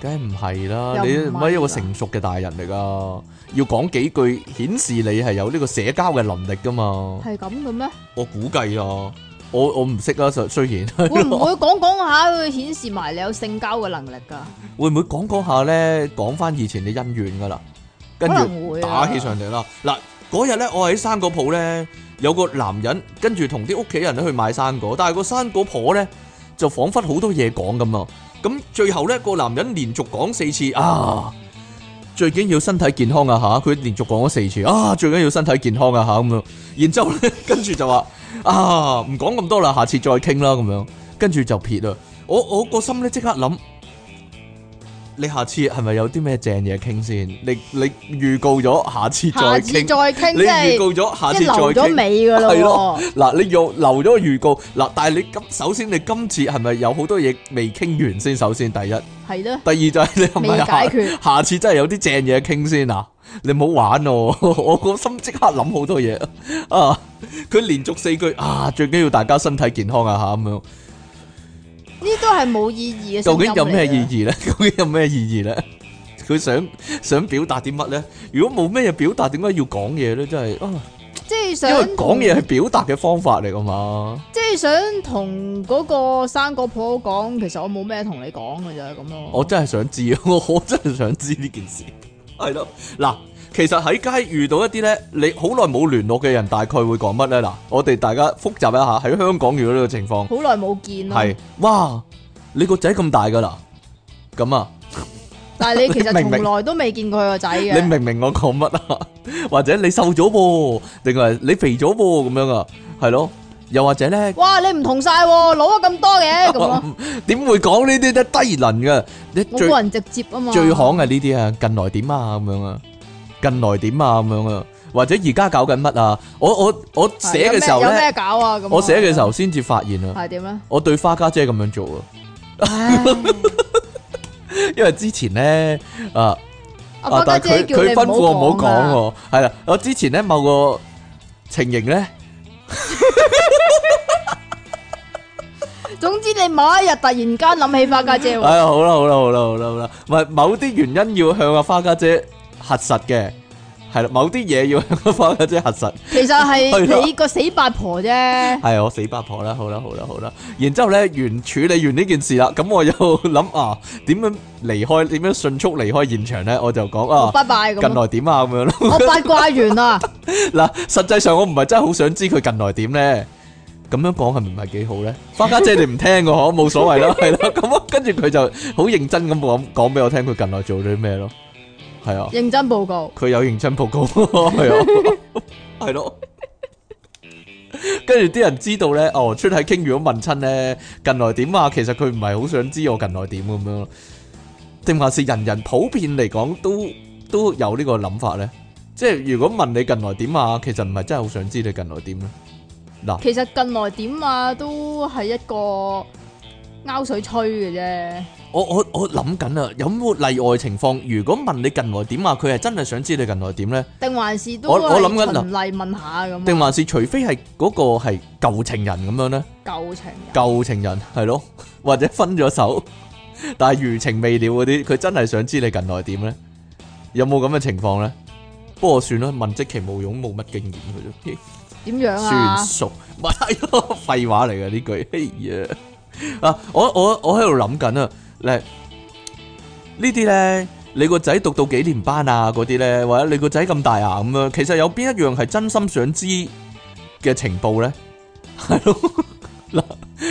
A: 梗係唔係啦？
B: 又唔
A: 你
B: 係
A: 唔係一個
B: 啦
A: 成熟嘅大人嚟噶，要講幾句顯示你係有呢個社交嘅能力噶嘛。
B: 係咁嘅咩？
A: 我估計啊，我我唔識啦，實雖然
B: 會唔會講講下佢顯示埋你有性交嘅能力㗎？
A: 會唔會講講下咧，講翻以前嘅恩怨噶啦，
B: 可
A: 跟住
B: 能會啊
A: 打起上嚟啦。嗱，嗰日咧，我喺生果鋪咧，有個男人跟住同啲屋企人咧去買生果，但係個生果婆咧就彷彿好多嘢講咁啊。咁最後咧，個男人連續講四次啊，最緊要身體健康啊吓，佢連續講咗四次啊，最緊要身體健康啊吓咁樣。然之後咧，跟住就話啊，唔講咁多啦，下次再傾啦咁樣，跟住就撇啦。我我個心咧即刻諗，你下次係咪有啲咩正嘢傾先？你你預告咗下次再
B: 下次再
A: 傾，
B: 傾
A: 你
B: 即係
A: 預告咗下
B: 即
A: 次
B: 係
A: 再
B: 留咗
A: 傾。
B: 尾㗎
A: 係咯
B: 咯
A: 嗱，你又留咗個預告嗱，但係你今首先你今次係咪有好多嘢未傾完先？首先第一，
B: 喎，係咯，
A: 第二就係你係咪
B: 未解決
A: 下下次真係有啲正嘢傾先啊！你唔好玩我， 我個心即刻諗好多嘢啊！佢連續四句啊，最緊要大家身體健康啊吓咁樣。
B: 呢都係冇意義嘅。
A: 究竟有咩意？義呢？ 究竟有咩意義呢？佢想想表達啲乜呢？如果冇咩嘢表達，點解要講嘢呢？真係啊，
B: 即係想
A: 因為講嘢係表達嘅方法嚟噶嘛。
B: 即係想同嗰個生果婆講，其實我冇咩同你講嘅咋咁咯。
A: 我真係想知，我我真係想知呢件事。係咯，嗱，其實喺街遇到一啲呢，你好耐冇聯絡嘅人，大概會講乜呢？嗱，我哋大家複習一下喺香港遇到呢個情況，
B: 好耐冇見啦，
A: 係哇，你個仔咁大噶啦，咁啊。
B: 但係你其實
A: 你 明唔明
B: 從來都未見過佢個仔嘅。
A: 你明唔明我講乜啊？ 或者你瘦咗噃，定係你肥咗噃咁樣啊？係咯，又或者咧，
B: 哇！你唔同晒喎，攞咗咁多 嘅咁咯，
A: 點會講呢啲咧低能嘅？你
B: 我
A: 最
B: 個人直接啊嘛。
A: 最行係呢啲啊，近來點啊咁樣啊，近來點啊咁樣啊，或者而家搞緊乜啊？我我我寫嘅時候
B: 有咩有
A: 咧，
B: 咩搞啊？咁
A: 我寫嘅時候先至發現啊，
B: 系点咧？
A: 我對花家姐咁樣 做啊，
B: 唉
A: 因為之前咧啊。啊！
B: 阿花家
A: 但係
B: 姐
A: 佢
B: 叫你
A: 佢吩咐我唔好
B: 講
A: 講
B: 啊
A: 喎，係啦，我之前咧某個情形咧，
B: 总之你某一日突然间谂起花家 姐喎，
A: 哎呀，好啦好啦好啦好啦好啦，唔係某啲原因要向阿花家姐核實嘅，係啦，某啲嘢要向阿花家姐核實，
B: 其实
A: 係啦
B: 系你个死八婆啫。
A: 係我死八婆啦，好啦好啦好啦，然之後咧完處理完呢件事啦，咁我又 諗啊點樣離開，點樣迅速離開現場咧，我就講
B: 我
A: 啊。
B: 哦拜拜
A: 近
B: 咁，
A: 來點啊咁樣咯，
B: 我八卦完啊啦，
A: 嗱，實際上我唔係真係好想知佢近來點咧，咁樣講係唔係幾好咧？花家姐你唔聽嘅嗬，冇所 謂啦，係啦，咁啊，跟住佢就好認真咁講講俾我聽佢近來做咗啲咩咯，係啊。
B: 认真报告。
A: 佢有認真報 告，係啊，係咯。跟住啲人知道咧，哦，出體傾如果問親咧，近來點啊？其實佢唔係好想知我近來點咁樣，定還是人人普遍嚟講都都有呢個諗法咧？即係如果問你近來點啊，其實唔係真係好想知你近來點咧。
B: 其实近来点啊，都系一个拗水吹嘅啫。
A: 我我我諗緊啊，有冇例外情況？如果問你近來點啊，佢係真係想知你近來點咧？
B: 定還是都
A: 我我諗緊
B: 係
A: 嗱
B: 循例問下咁
A: 定
B: 啊，
A: 還是除非係嗰個係舊情人咁樣咧？
B: 舊情人
A: 舊情人係咯， 或者分咗手，但係餘情未了嗰啲，佢真係想知你近來點咧？有冇咁嘅情況咧？不過算啦，問即其冇用，冇乜經驗佢啫，
B: 點樣啊
A: 算？熟，咪係咯，廢話嚟嘅呢句，哎呀！啊，我我我喺度諗緊啊，咧呢啲咧，你個仔讀到幾年班啊？嗰啲咧，或者你個仔咁大啊咁樣，其實有邊一樣係真心想知嘅情報咧？係咯，嗱，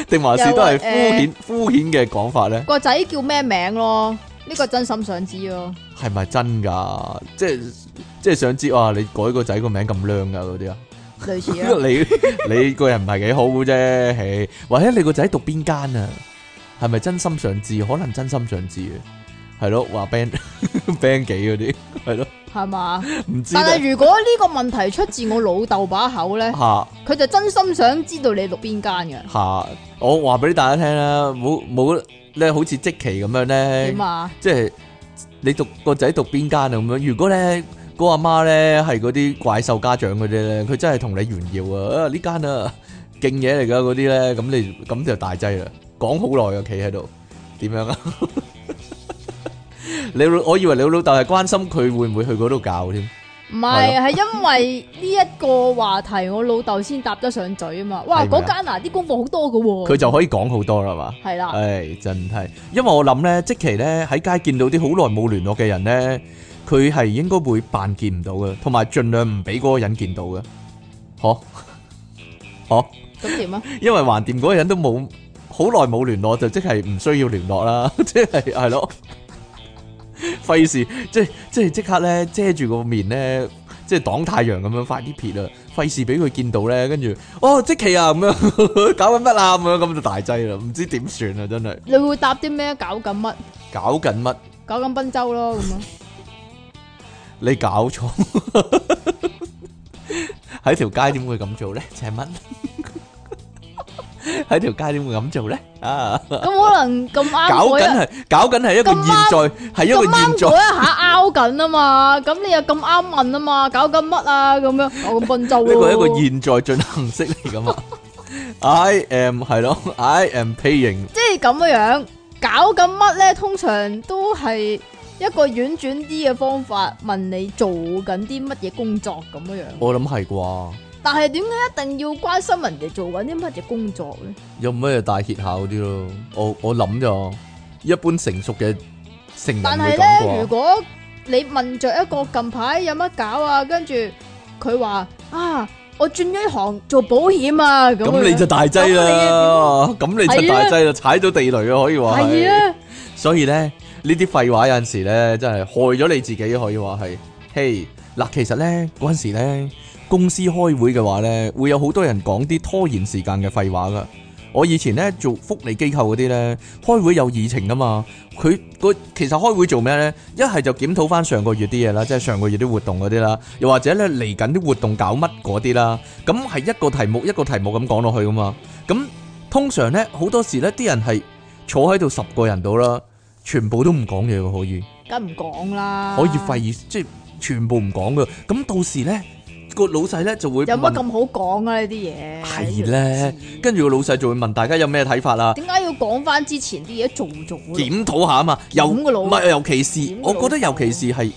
A: 定還是都係
B: 有啊
A: 敷衍、敷衍嘅講法咧？
B: 個仔叫咩名咯？呢個真心想知咯。
A: 係咪真㗎？即係即係想知啊！你改個仔個名咁靚㗎嗰啲啊？
B: 類 似啊，
A: 你 你個人唔係幾好啫，唉或者你個仔讀邊間啊？係咪真心想知？可能真心想知嘅，係咯，話 band band 幾嗰啲，係咯，
B: 係嘛？
A: 唔知
B: 但
A: 道
B: 係如果呢個問題出自我老豆把口咧，
A: 下
B: 佢就真心想知道你讀邊間嘅。
A: 下，我話俾大家聽啦，冇冇咧，好似即期咁樣咧
B: 點，啊？
A: 即係你讀個仔讀邊間啊咁樣。如果咧個阿媽咧係嗰啲怪獸家長嗰啲咧，佢真係同你炫耀啊！啊呢間啊勁嘢嚟㗎嗰啲咧，咁你咁就大劑啦，講好耐啊，企喺度點樣啊？你老我以為你老豆係關心佢會唔會去嗰度教添，
B: 唔係，係因為呢一個話題，我老豆先答得上嘴啊嘛。哇，
A: 係咪啊
B: 嗰間啊，啲功課好多㗎喎。
A: 佢就可以講好多啦嘛。
B: 係啦，
A: 唉，真係，因為我諗咧，即期咧喺街見到啲好耐冇聯絡嘅人咧，佢係應該會扮見唔到嘅，同埋盡量唔俾嗰個人見到嘅，嗬 嗬，
B: 咁點啊？
A: 因為橫掂嗰個人都冇好耐冇聯絡，就即係唔需要聯絡啦， 即係係咯，費事即係即係即刻咧遮住個面咧，即係擋太陽咁樣快啲撇啊，費事俾佢見到咧，跟住哦即期啊咁樣 搞緊乜啊咁樣咁就大劑啦，唔知點算啊真係。
B: 你會答啲咩？搞緊乜？
A: 搞緊乜？
B: 搞緊賓州咯，咁啊。
A: 你搞錯 喺條街點會咁做 咧？請問喺條街點會咁做咧？啊！
B: 咁可能咁啱
A: 搞
B: 嗰
A: 緊
B: 一
A: 係搞緊係一個
B: 咁
A: 現在，係一
B: 咁
A: 個現
B: 啱嗰
A: 在，
B: 一下拗緊啊嘛，咁你又咁啱問啊嘛，搞緊乜啊咁樣，我咁笨 就
A: 呢
B: 咯。
A: 個係一個現在進行式嚟噶嘛？I am 係咯，I am paying
B: 即係咁樣搞緊乜咧？通常都係一個婉轉啲嘅方法問你做緊啲乜嘢工作咁樣。
A: 我諗係啩？
B: 但係點解一定要關心人哋做緊啲乜嘢工作咧？
A: 有咩大歇後啲咯？我我諗就一般成熟嘅成
B: 但
A: 人
B: 係
A: 會
B: 咧，
A: 咁啩？
B: 如果你問着一個近排有乜搞啊，跟住佢話啊，我轉咗行做保險啊，咁
A: 咁你
B: 樣
A: 就大劑啦，咁你就大劑啦，踩到地雷啊，可以話
B: 係
A: 係。
B: 啊。
A: 所以咧，呢啲廢話有陣時咧，真係害咗你自己，可以話係。嘿，嗱，其實咧嗰陣時咧，公司開會嘅話咧，會有好多人講啲拖延時間嘅廢話噶。我以前咧做福利機構嗰啲咧，開會有議程噶嘛。佢個其實開會做咩咧？一係就檢討翻上個月啲嘢啦，即係上個月啲活動嗰啲啦，又或者咧嚟緊啲活動搞乜嗰啲啦。咁係一個題目一個題目咁講落去噶嘛。咁通常咧好多時咧啲人係坐喺度十個人度啦，全部都唔講嘢嘅可以。
B: 梗唔講啦。
A: 可以廢議，即係全部唔講噶。咁到時咧，個老細咧就會
B: 有乜
A: 問，
B: 咁好講啊？呢啲嘢
A: 係咧，跟住個老細就會問大家有咩睇法啊，
B: 點解要講翻之前啲嘢做做啊？
A: 檢討下啊嘛。尤
B: 檢個腦
A: 唔係，尤其是
B: 檢個
A: 我
B: 腦
A: 覺得尤其是係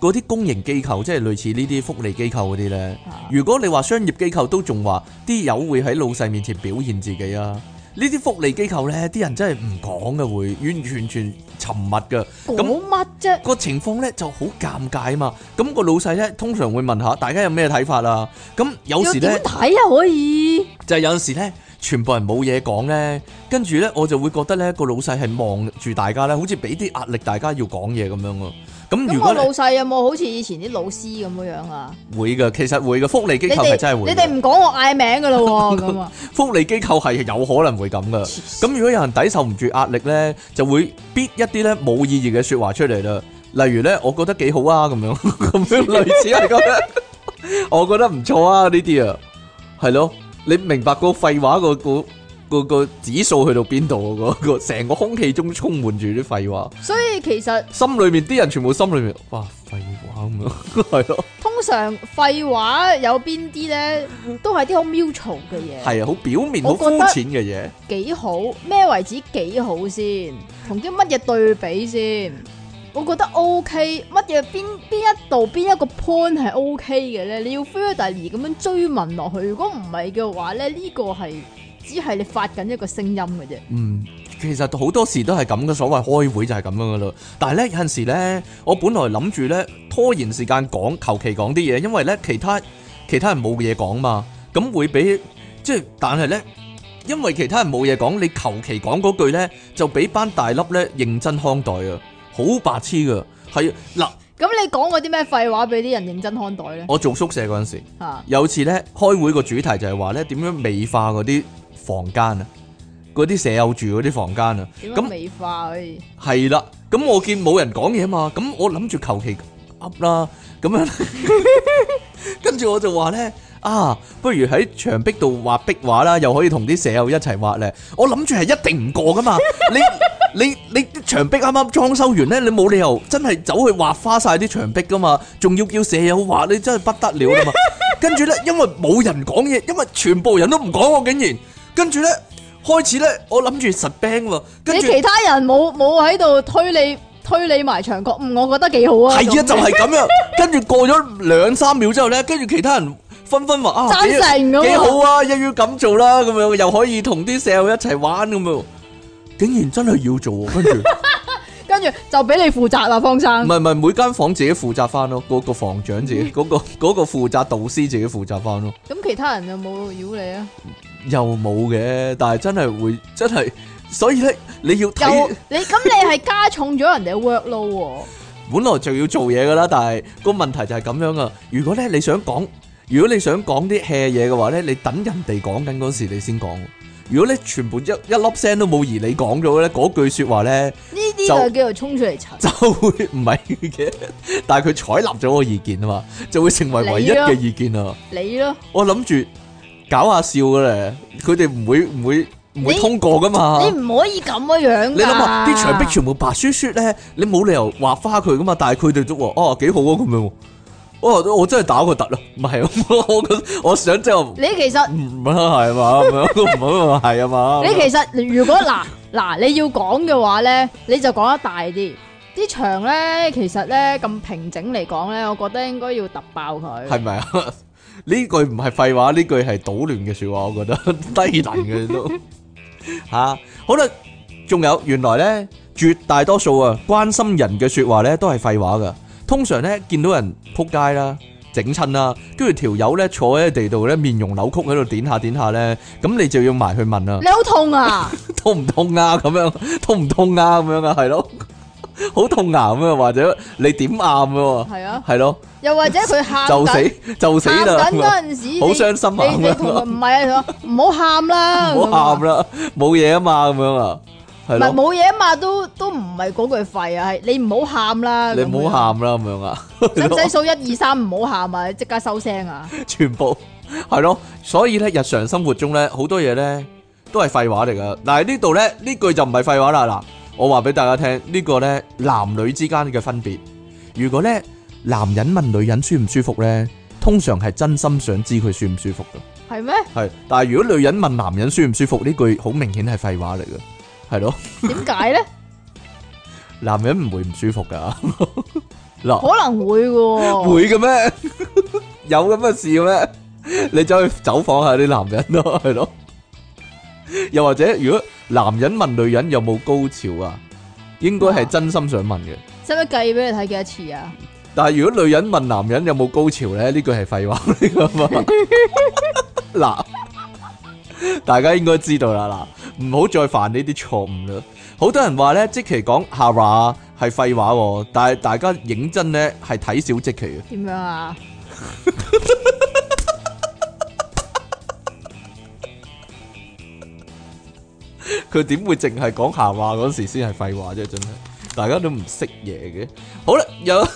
A: 嗰啲公營機構，即係類似呢啲福利機構嗰啲咧。
B: 啊
A: 如果你話商業機構都仲話啲友會喺老細面前表現自己啊，呢啲福利機構咧，啲人真係唔講嘅，會完全全沉默嘅。
B: 講乜啫？
A: 個情況咧就好尷尬啊嘛，咁、個老細咧通常會問下大家有咩睇法啊，咁有
B: 要
A: 時
B: 點
A: 咧
B: 睇啊？可以
A: 就係有時咧全部人冇嘢講咧，跟住咧我就會覺得咧個老細係望住大家咧，好似俾啲壓力大家要講嘢咁樣啊。咁如
B: 咁
A: 果
B: 我
A: 你
B: 老細有冇好似以前啲老師咁樣樣啊？
A: 會嘅，其實會嘅，福利機
B: 你
A: 構係真
B: 哋
A: 係會
B: 你哋
A: 嘅，
B: 唔講我嗌名噶啦 喎，咁啊，
A: 福利機構係有可能會咁噶。咁如果有人抵受唔住壓力咧，就會逼一啲咧冇意義嘅説話出嚟啦。例如咧，我覺得幾好啊，咁樣 咁樣類似係咁樣，我覺得唔錯啊，呢啲啊，係咯，你明白個廢話個個個個指數去到邊度啊？個個成個空氣中充滿住啲廢話，
B: 所以其實
A: 心裏面啲人全部心裏面，哇，廢話咁樣， 係咯，
B: 通常廢話有邊啲咧，都係啲好 mutual 嘅嘢，
A: 係啊，好表面、好
B: 我覺
A: 膚
B: 得
A: 淺嘅嘢。
B: 幾好咩為止幾好先，同啲乜嘢對比先？我覺得 O K，乜嘢邊邊一度邊一個 point 係 O K 嘅咧？你要 further 咁樣追問落去，如果唔係嘅話咧，呢、個係只係你發緊一個聲音嘅啫。
A: 嗯，其實好多時都係咁嘅，所謂開會就係咁樣噶啦。但係咧有陣時咧，我本來諗住咧拖延時間講，求其講啲嘢，因為咧其他其他人冇嘢講嘛，咁會俾即係，但係咧，因為其他人冇嘢講，你求其講嗰句咧，就俾班大粒咧認真看待啊，好白痴噶。係啊嗱，
B: 咁你講嗰啲咩廢話俾啲人認真看待咧？
A: 我做宿舍嗰陣時。
B: 吓、
A: 有次咧開會個主題就係話咧點樣美化嗰啲房間啊，嗰啲舍友住嗰啲房間啊，
B: 點
A: 咁
B: 樣美化哎可以？
A: 係啦，咁我見冇人講嘢嘛，咁我諗住求其噏啦，咁樣，跟住我就話咧，啊，不如喺牆壁度畫壁畫啦，又可以同啲舍友一齊畫咧。我諗住係一定唔過噶嘛，你你你啲牆壁啱啱裝修完咧，你冇理由真係走去畫花晒啲牆壁噶嘛，仲要叫舍友畫，你真係不得了啦嘛。跟住咧，因為冇人講嘢，因為全部人都唔講我竟然，跟住咧開始咧，我諗住實 band 喎，跟
B: 你
A: 住。
B: 其他人冇冇喺度推你推你埋牆角？嗯，我覺得幾好啊。
A: 係啊，
B: 咁
A: 就係咁樣。跟住過咗兩三秒之後咧，跟住其他人紛紛話啊，
B: 贊
A: 幾
B: 成咁啊
A: 幾好啊，一於咁做啦，咁樣又可以同啲 sell 一齊玩咁樣。竟然真係要做喎， 跟住唔
B: 跟住就俾你負責啦，方生。
A: 係唔係每間房自己負責翻咯，嗰、個房長
B: 嗯
A: 自己，嗰、個嗰、個負責導師自己負責翻咯，
B: 咁其他人有冇擾你啊？
A: 又冇嘅，但係真係會真係，所以咧你要睇
B: 又，你咁你係加重咗人哋嘅 workload 喎。
A: 本來就要做嘢噶啦，但係個問題就係咁樣啊。如果咧你想講，如果你想講啲 hea 嘢嘅話咧，你等人哋講緊嗰時你先講。如果你全部一一粒聲都冇而你講咗咧，嗰句説話咧
B: 呢啲就叫做衝出嚟塵。
A: 就會唔係嘅。 但係佢採納咗我意見啊嘛，就會成為唯一嘅意見啊。
B: 你咯，
A: 我諗住搞下笑嘅咧，佢哋唔會唔會唔會
B: 你
A: 通過噶嘛。
B: 你唔可以咁嘅樣㗎。
A: 你諗
B: 啊
A: 下啲牆壁全部白雪雪咧，你冇理由畫花佢噶嘛？但係佢哋都話哦幾好啊咁樣喎，哦我真係打個突啦，唔係 我覺得我想之後唔
B: 你其實
A: 係嘛咁樣，唔好話係啊嘛，
B: 你其實如果嗱 嗱你要講嘅話咧，你就講得大啲。啲牆咧，其實咧咁平整嚟講咧，我覺得應該要揼爆佢。
A: 係咪啊？ 呢句唔係廢話，呢句係搗亂嘅説話，我覺得 低能嘅都 嚇、好啦，仲有原來咧，絕大多數啊關心人嘅説話咧都係廢話噶。通常咧見到人撲街啦、整親啦，跟住條友咧坐喺地度咧面容扭曲喺度點下點下咧，咁你就要埋去 問啦，
B: 你好痛啊！
A: 痛唔痛啊？咁樣痛唔痛啊？咁樣啊，係咯。 好痛癌啊，或者你點啱啊，
B: 係啊，
A: 係咯，
B: 又或者佢喊
A: 就
B: 緊
A: 死就死
B: 喊緊
A: 啦，
B: 嗰陣時，
A: 好
B: 你
A: 傷心啊，
B: 你你
A: 咁樣
B: 同佢
A: 啊
B: 唔係啊，佢話唔好喊啦，
A: 唔好喊
B: 啦，
A: 啦，冇嘢啊嘛，咁樣啊，
B: 唔
A: 係
B: 係
A: 咯，
B: 冇嘢啊嘛，都都唔係嗰句廢啊，係你唔好喊啦，
A: 你
B: 咁
A: 唔
B: 樣
A: 好喊啦，咁樣啊，
B: 使唔使數一二三唔好喊啊？即刻收聲啊！
A: 全部係咯，所以咧日常生活中咧好多嘢咧都係廢話嚟噶。嗱呢度咧呢句就唔係廢話啦。嗱，我話俾大家聽，呢個咧男女之間嘅分別。如果咧男人問女人舒唔舒服咧，通常係真心想知佢舒唔舒服嘅。
B: 係咩？
A: 係，但係如果女人問男人舒唔舒服呢句，好明顯係廢話嚟嘅。係咯，
B: 點解咧？
A: 男人唔會唔舒服噶。 嗱。
B: 可能會喎。
A: 会嘅咩？ 有咁嘅事嘅咩？你走去走访下啲男人咯， 系咯。又或者，如果男人問女人有冇高潮啊，應該係真心想問嘅。
B: 使唔使計俾你睇幾多次啊？
A: 但係如果女人問男人有冇高潮咧，呢句係廢話 嚟噶嘛。嗱，大家應該知道啦。嗱，唔好再犯呢啲錯誤啦。好多人話咧，即其講下話係廢話喎，但係大家認真咧係睇小即其嘅。
B: 點樣啊？
A: 佢點會淨係講閒話嗰時先係廢話啫？真係，大家都唔識嘢嘅。好啦，有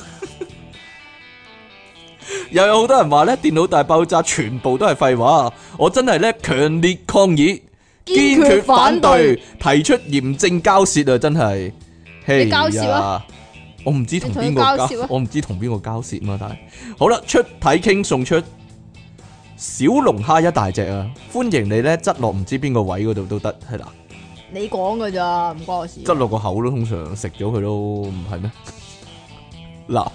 A: 又有好多人話咧，電腦大爆炸全部都係廢話。我真係咧強烈抗議，
B: 堅
A: 堅
B: 決
A: 決反
B: 反對
A: 對，提出嚴正交涉啊！真係，
B: 你交涉
A: 嘿
B: 啊
A: 呀！我唔知同邊個
B: 你同佢
A: 交
B: 交涉啊
A: 我唔知同邊個交涉嘛，但係好啦，出體傾送出小龍蝦一大隻啊！歡迎你咧，側落唔知邊個位嗰度都得，係啦。
B: 你講噶咋，唔關我事。
A: 執落個口咯，通常食咗佢咯，唔係咩？ 嗱，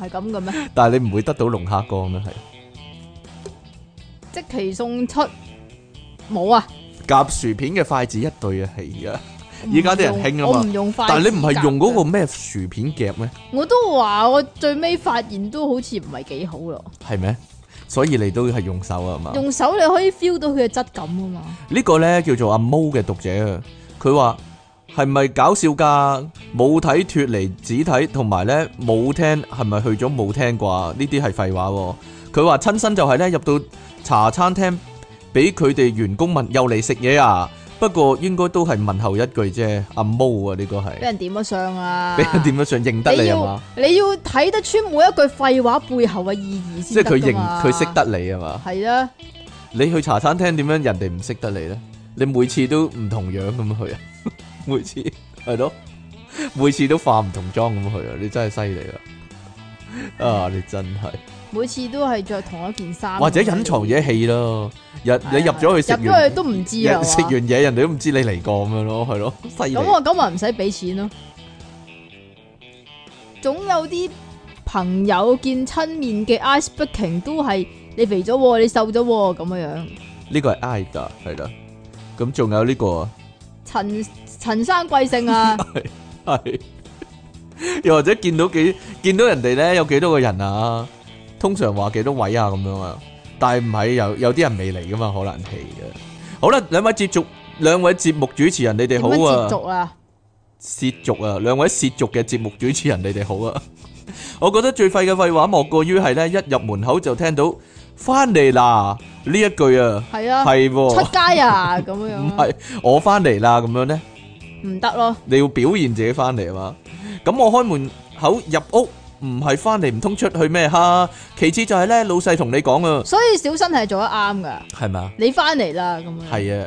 B: 係咁嘅咩？
A: 但係你唔會得到龍蝦乾啦，係
B: 即期送出冇啊！
A: 夾薯片嘅筷子一對啊，係啊！依家啲人興啊嘛
B: 我唔用筷子
A: 但係你唔係用嗰個
B: 夾
A: 咩薯片夾咩？
B: 嘅，我都話我最尾發現都好似唔係幾好咯。
A: 係咩？所以你都係用手啊係嘛？
B: 用手你可以 feel 到佢嘅質感啊嘛。
A: 呢個呢叫做阿毛嘅讀者啊，佢話係咪搞笑㗎？冇睇脱離只睇，同埋呢冇聽係咪去咗冇聽啩？呢啲係廢話喎。佢話親身就係呢，入到茶餐廳，俾佢哋員工問又嚟食嘢啊！不過應該都係問候一句啫，阿毛啊呢個
B: 俾
A: 係
B: 人點咗相啊！
A: 俾人點樣上認得
B: 你
A: 你啊
B: 要
A: 嘛？
B: 你要睇得穿每一句廢話背後嘅意義
A: 即
B: 先
A: 係佢
B: 得㗎
A: 認
B: 嘛
A: 佢識得你啊嘛？
B: 係啦，
A: 你去茶餐廳點樣人哋唔識得你呢？你每次都唔同樣咁去啊， 每次係咯，每次都化唔同妝咁去啊，你真係犀利啊！啊，你真係，
B: 每次都係着同一件衫，
A: 或者隱藏嘢戲咯，入
B: 係啊，
A: 你入咗去食
B: 入咗
A: 完
B: 去都唔知啊，
A: 人食
B: 係
A: 完
B: 嘛
A: 嘢，人哋都唔知你嚟過咁樣咯，係咯，犀利
B: 咁我咁咪唔使俾錢咯。總有啲朋友見親面嘅 ice breaking 都係你肥咗喎，你瘦咗喎咁樣樣。
A: 呢個係 Ida 係啦，咁仲有呢個啊，
B: 陳陳生貴姓啊？
A: 係又或者見到幾見到人哋咧有幾多個人啊，通常話幾多位啊咁樣啊，但係唔係有有啲人未嚟噶嘛，可能係嘅。好啦，兩位接續兩位節目主持人，你哋
B: 點
A: 好
B: 樣接
A: 啊，
B: 續啊？
A: 涉俗啊，兩位涉俗嘅節目主持人，你哋好啊。我覺得最廢嘅廢話莫過於係咧，一入門口就聽到翻嚟啦呢一句啊，
B: 係啊，
A: 係喎、
B: 出街啊咁樣
A: 唔
B: 樣啊，
A: 係我翻嚟啦咁樣咧。
B: 唔得咯。
A: 你要表現自己翻嚟啊嘛。咁我開門口入屋，唔係翻嚟唔通出去咩哈？其次就係咧，老細同你講啊，
B: 所以小新係做得啱噶，
A: 係咪啊？
B: 你翻嚟啦咁樣。
A: 係啊。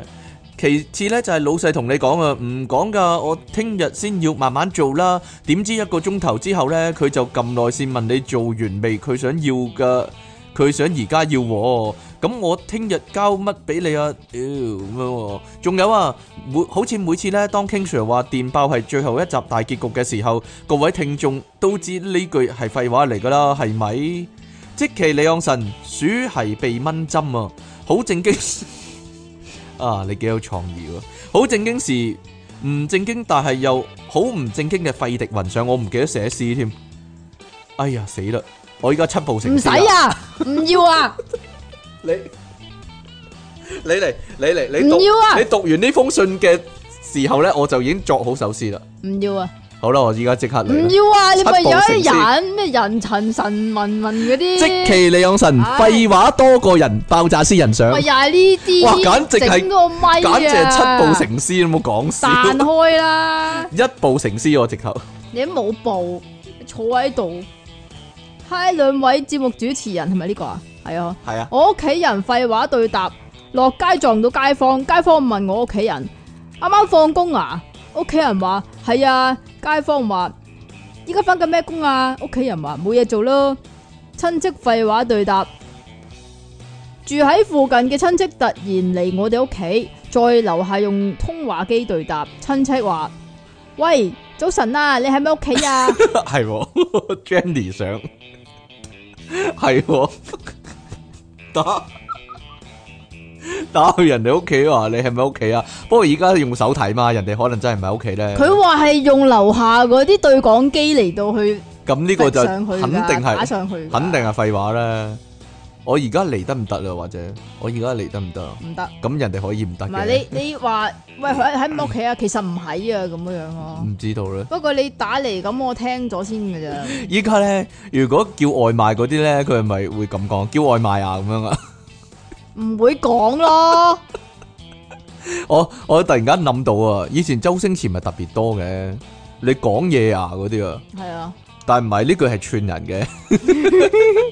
A: 其次咧就係老細同你講啊，唔講噶，我聽日先要慢慢做啦。點知一個鐘頭之後咧，佢就撳內線問你做完未？佢想要嘅，佢想而家要喎。咁我聽日交乜俾你啊？屌咁樣喎。仲有啊，每好似每次咧，當 King Sir 話電爆係最後一集大結局嘅時候，各位聽眾都知呢句係廢話嚟噶啦，係咪？即其李昂臣鼠係被蚊針啊，好正經 啊！你幾有創意喎，好正經時唔正經，但係又好唔正經嘅費迪雲上，我唔記得寫詩添。哎呀死啦！我而家七步成
B: 唔
A: 詩
B: 使
A: 啦
B: 啊，唔要啊，
A: 你你嚟，你嚟，你
B: 唔
A: 讀
B: 要啊
A: 你讀完呢封信嘅時候咧，我就已經作好首詩啦。
B: 唔要啊，
A: 好啦，我而家即刻
B: 唔
A: 嚟啦。
B: 要啊！你咪
A: 七步
B: 有
A: 成
B: 啲人咩人陳神文文嗰啲，
A: 即其利用神，
B: 唉
A: 廢話多過人，爆炸私人相
B: 咪，又係呢啲，
A: 啊哇簡直係
B: 整個咪啊，
A: 簡直係七步成詩，有冇講
B: 散
A: 笑？
B: 開啦！
A: 一步成詩我直頭。
B: 你都冇步，你坐喺度。嗨，兩位節目主持人係咪呢個啊？係啊。
A: 係啊，
B: 我屋企人廢話對答，落街撞到街坊，街坊問我屋企人，啱啱放工啊？屋企人話係啊，街坊話依家翻緊咩工啊？屋企人話冇嘢做咯。親戚廢話對答，住喺附近嘅親戚突然嚟我哋屋企，再樓下用通話機對答，親戚話：喂，早晨啊，你喺咪屋企啊？
A: 係喎 ，Jenny 相係喎，打打去人哋屋企話你係咪屋企啊？不過而家用手睇嘛，人哋可能真係唔喺屋企咧。
B: 佢話係用樓下嗰啲對講機嚟到去。
A: 咁呢個就
B: 上
A: 肯
B: 去㗎
A: 定
B: 打
A: 係。
B: 上去㗎，
A: 肯定係廢話啦。我而家嚟得唔得啊？或者我而家嚟得唔得啊？
B: 唔得。
A: 咁人哋可以唔得
B: 唔
A: 嘅
B: 係，你你話喂喺喺唔屋企啊？其實唔喺啊，咁樣樣咯。
A: 唔知道咧。
B: 不過你打嚟咁，我聽咗先嘅咋。
A: 依家咧，如果叫外賣嗰啲咧，佢係咪會咁講？叫外賣啊咁樣啊？
B: 唔會講 咯。
A: 我我突然間諗到啊，以前周星馳咪特別多嘅，你講嘢啊嗰啲啊，
B: 係啊，
A: 但唔係呢句係串人嘅，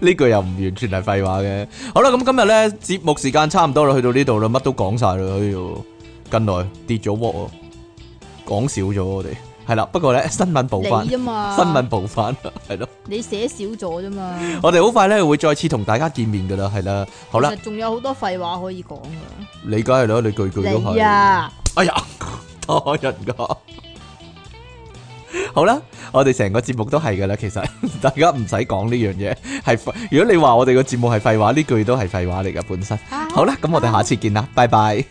A: 呢句又唔完全係廢話嘅。好啦，咁今日咧節目時間差唔多啦，去到呢度啦，乜都講晒啦，哎呦，近來跌咗鑊喎，講少咗我哋係啦。不過咧新聞補翻，
B: 你啊 嘛，
A: 新聞補翻係咯，
B: 你寫少咗啫嘛。
A: 我哋好快咧會再次同大家見面噶啦，係啦，好啦
B: 其，實仲有好多廢話可以講噶。
A: 你梗係啦，你句句都
B: 你
A: 係。
B: 啊，
A: 哎呀， 多人噶。好啦，我哋成個節目都係噶啦，其實 大家唔使講呢樣嘢，係廢
B: 啊
A: 如果你話我哋個節目係廢話，呢句都係廢話嚟噶本身。好啦，咁我哋下次見啦，拜拜。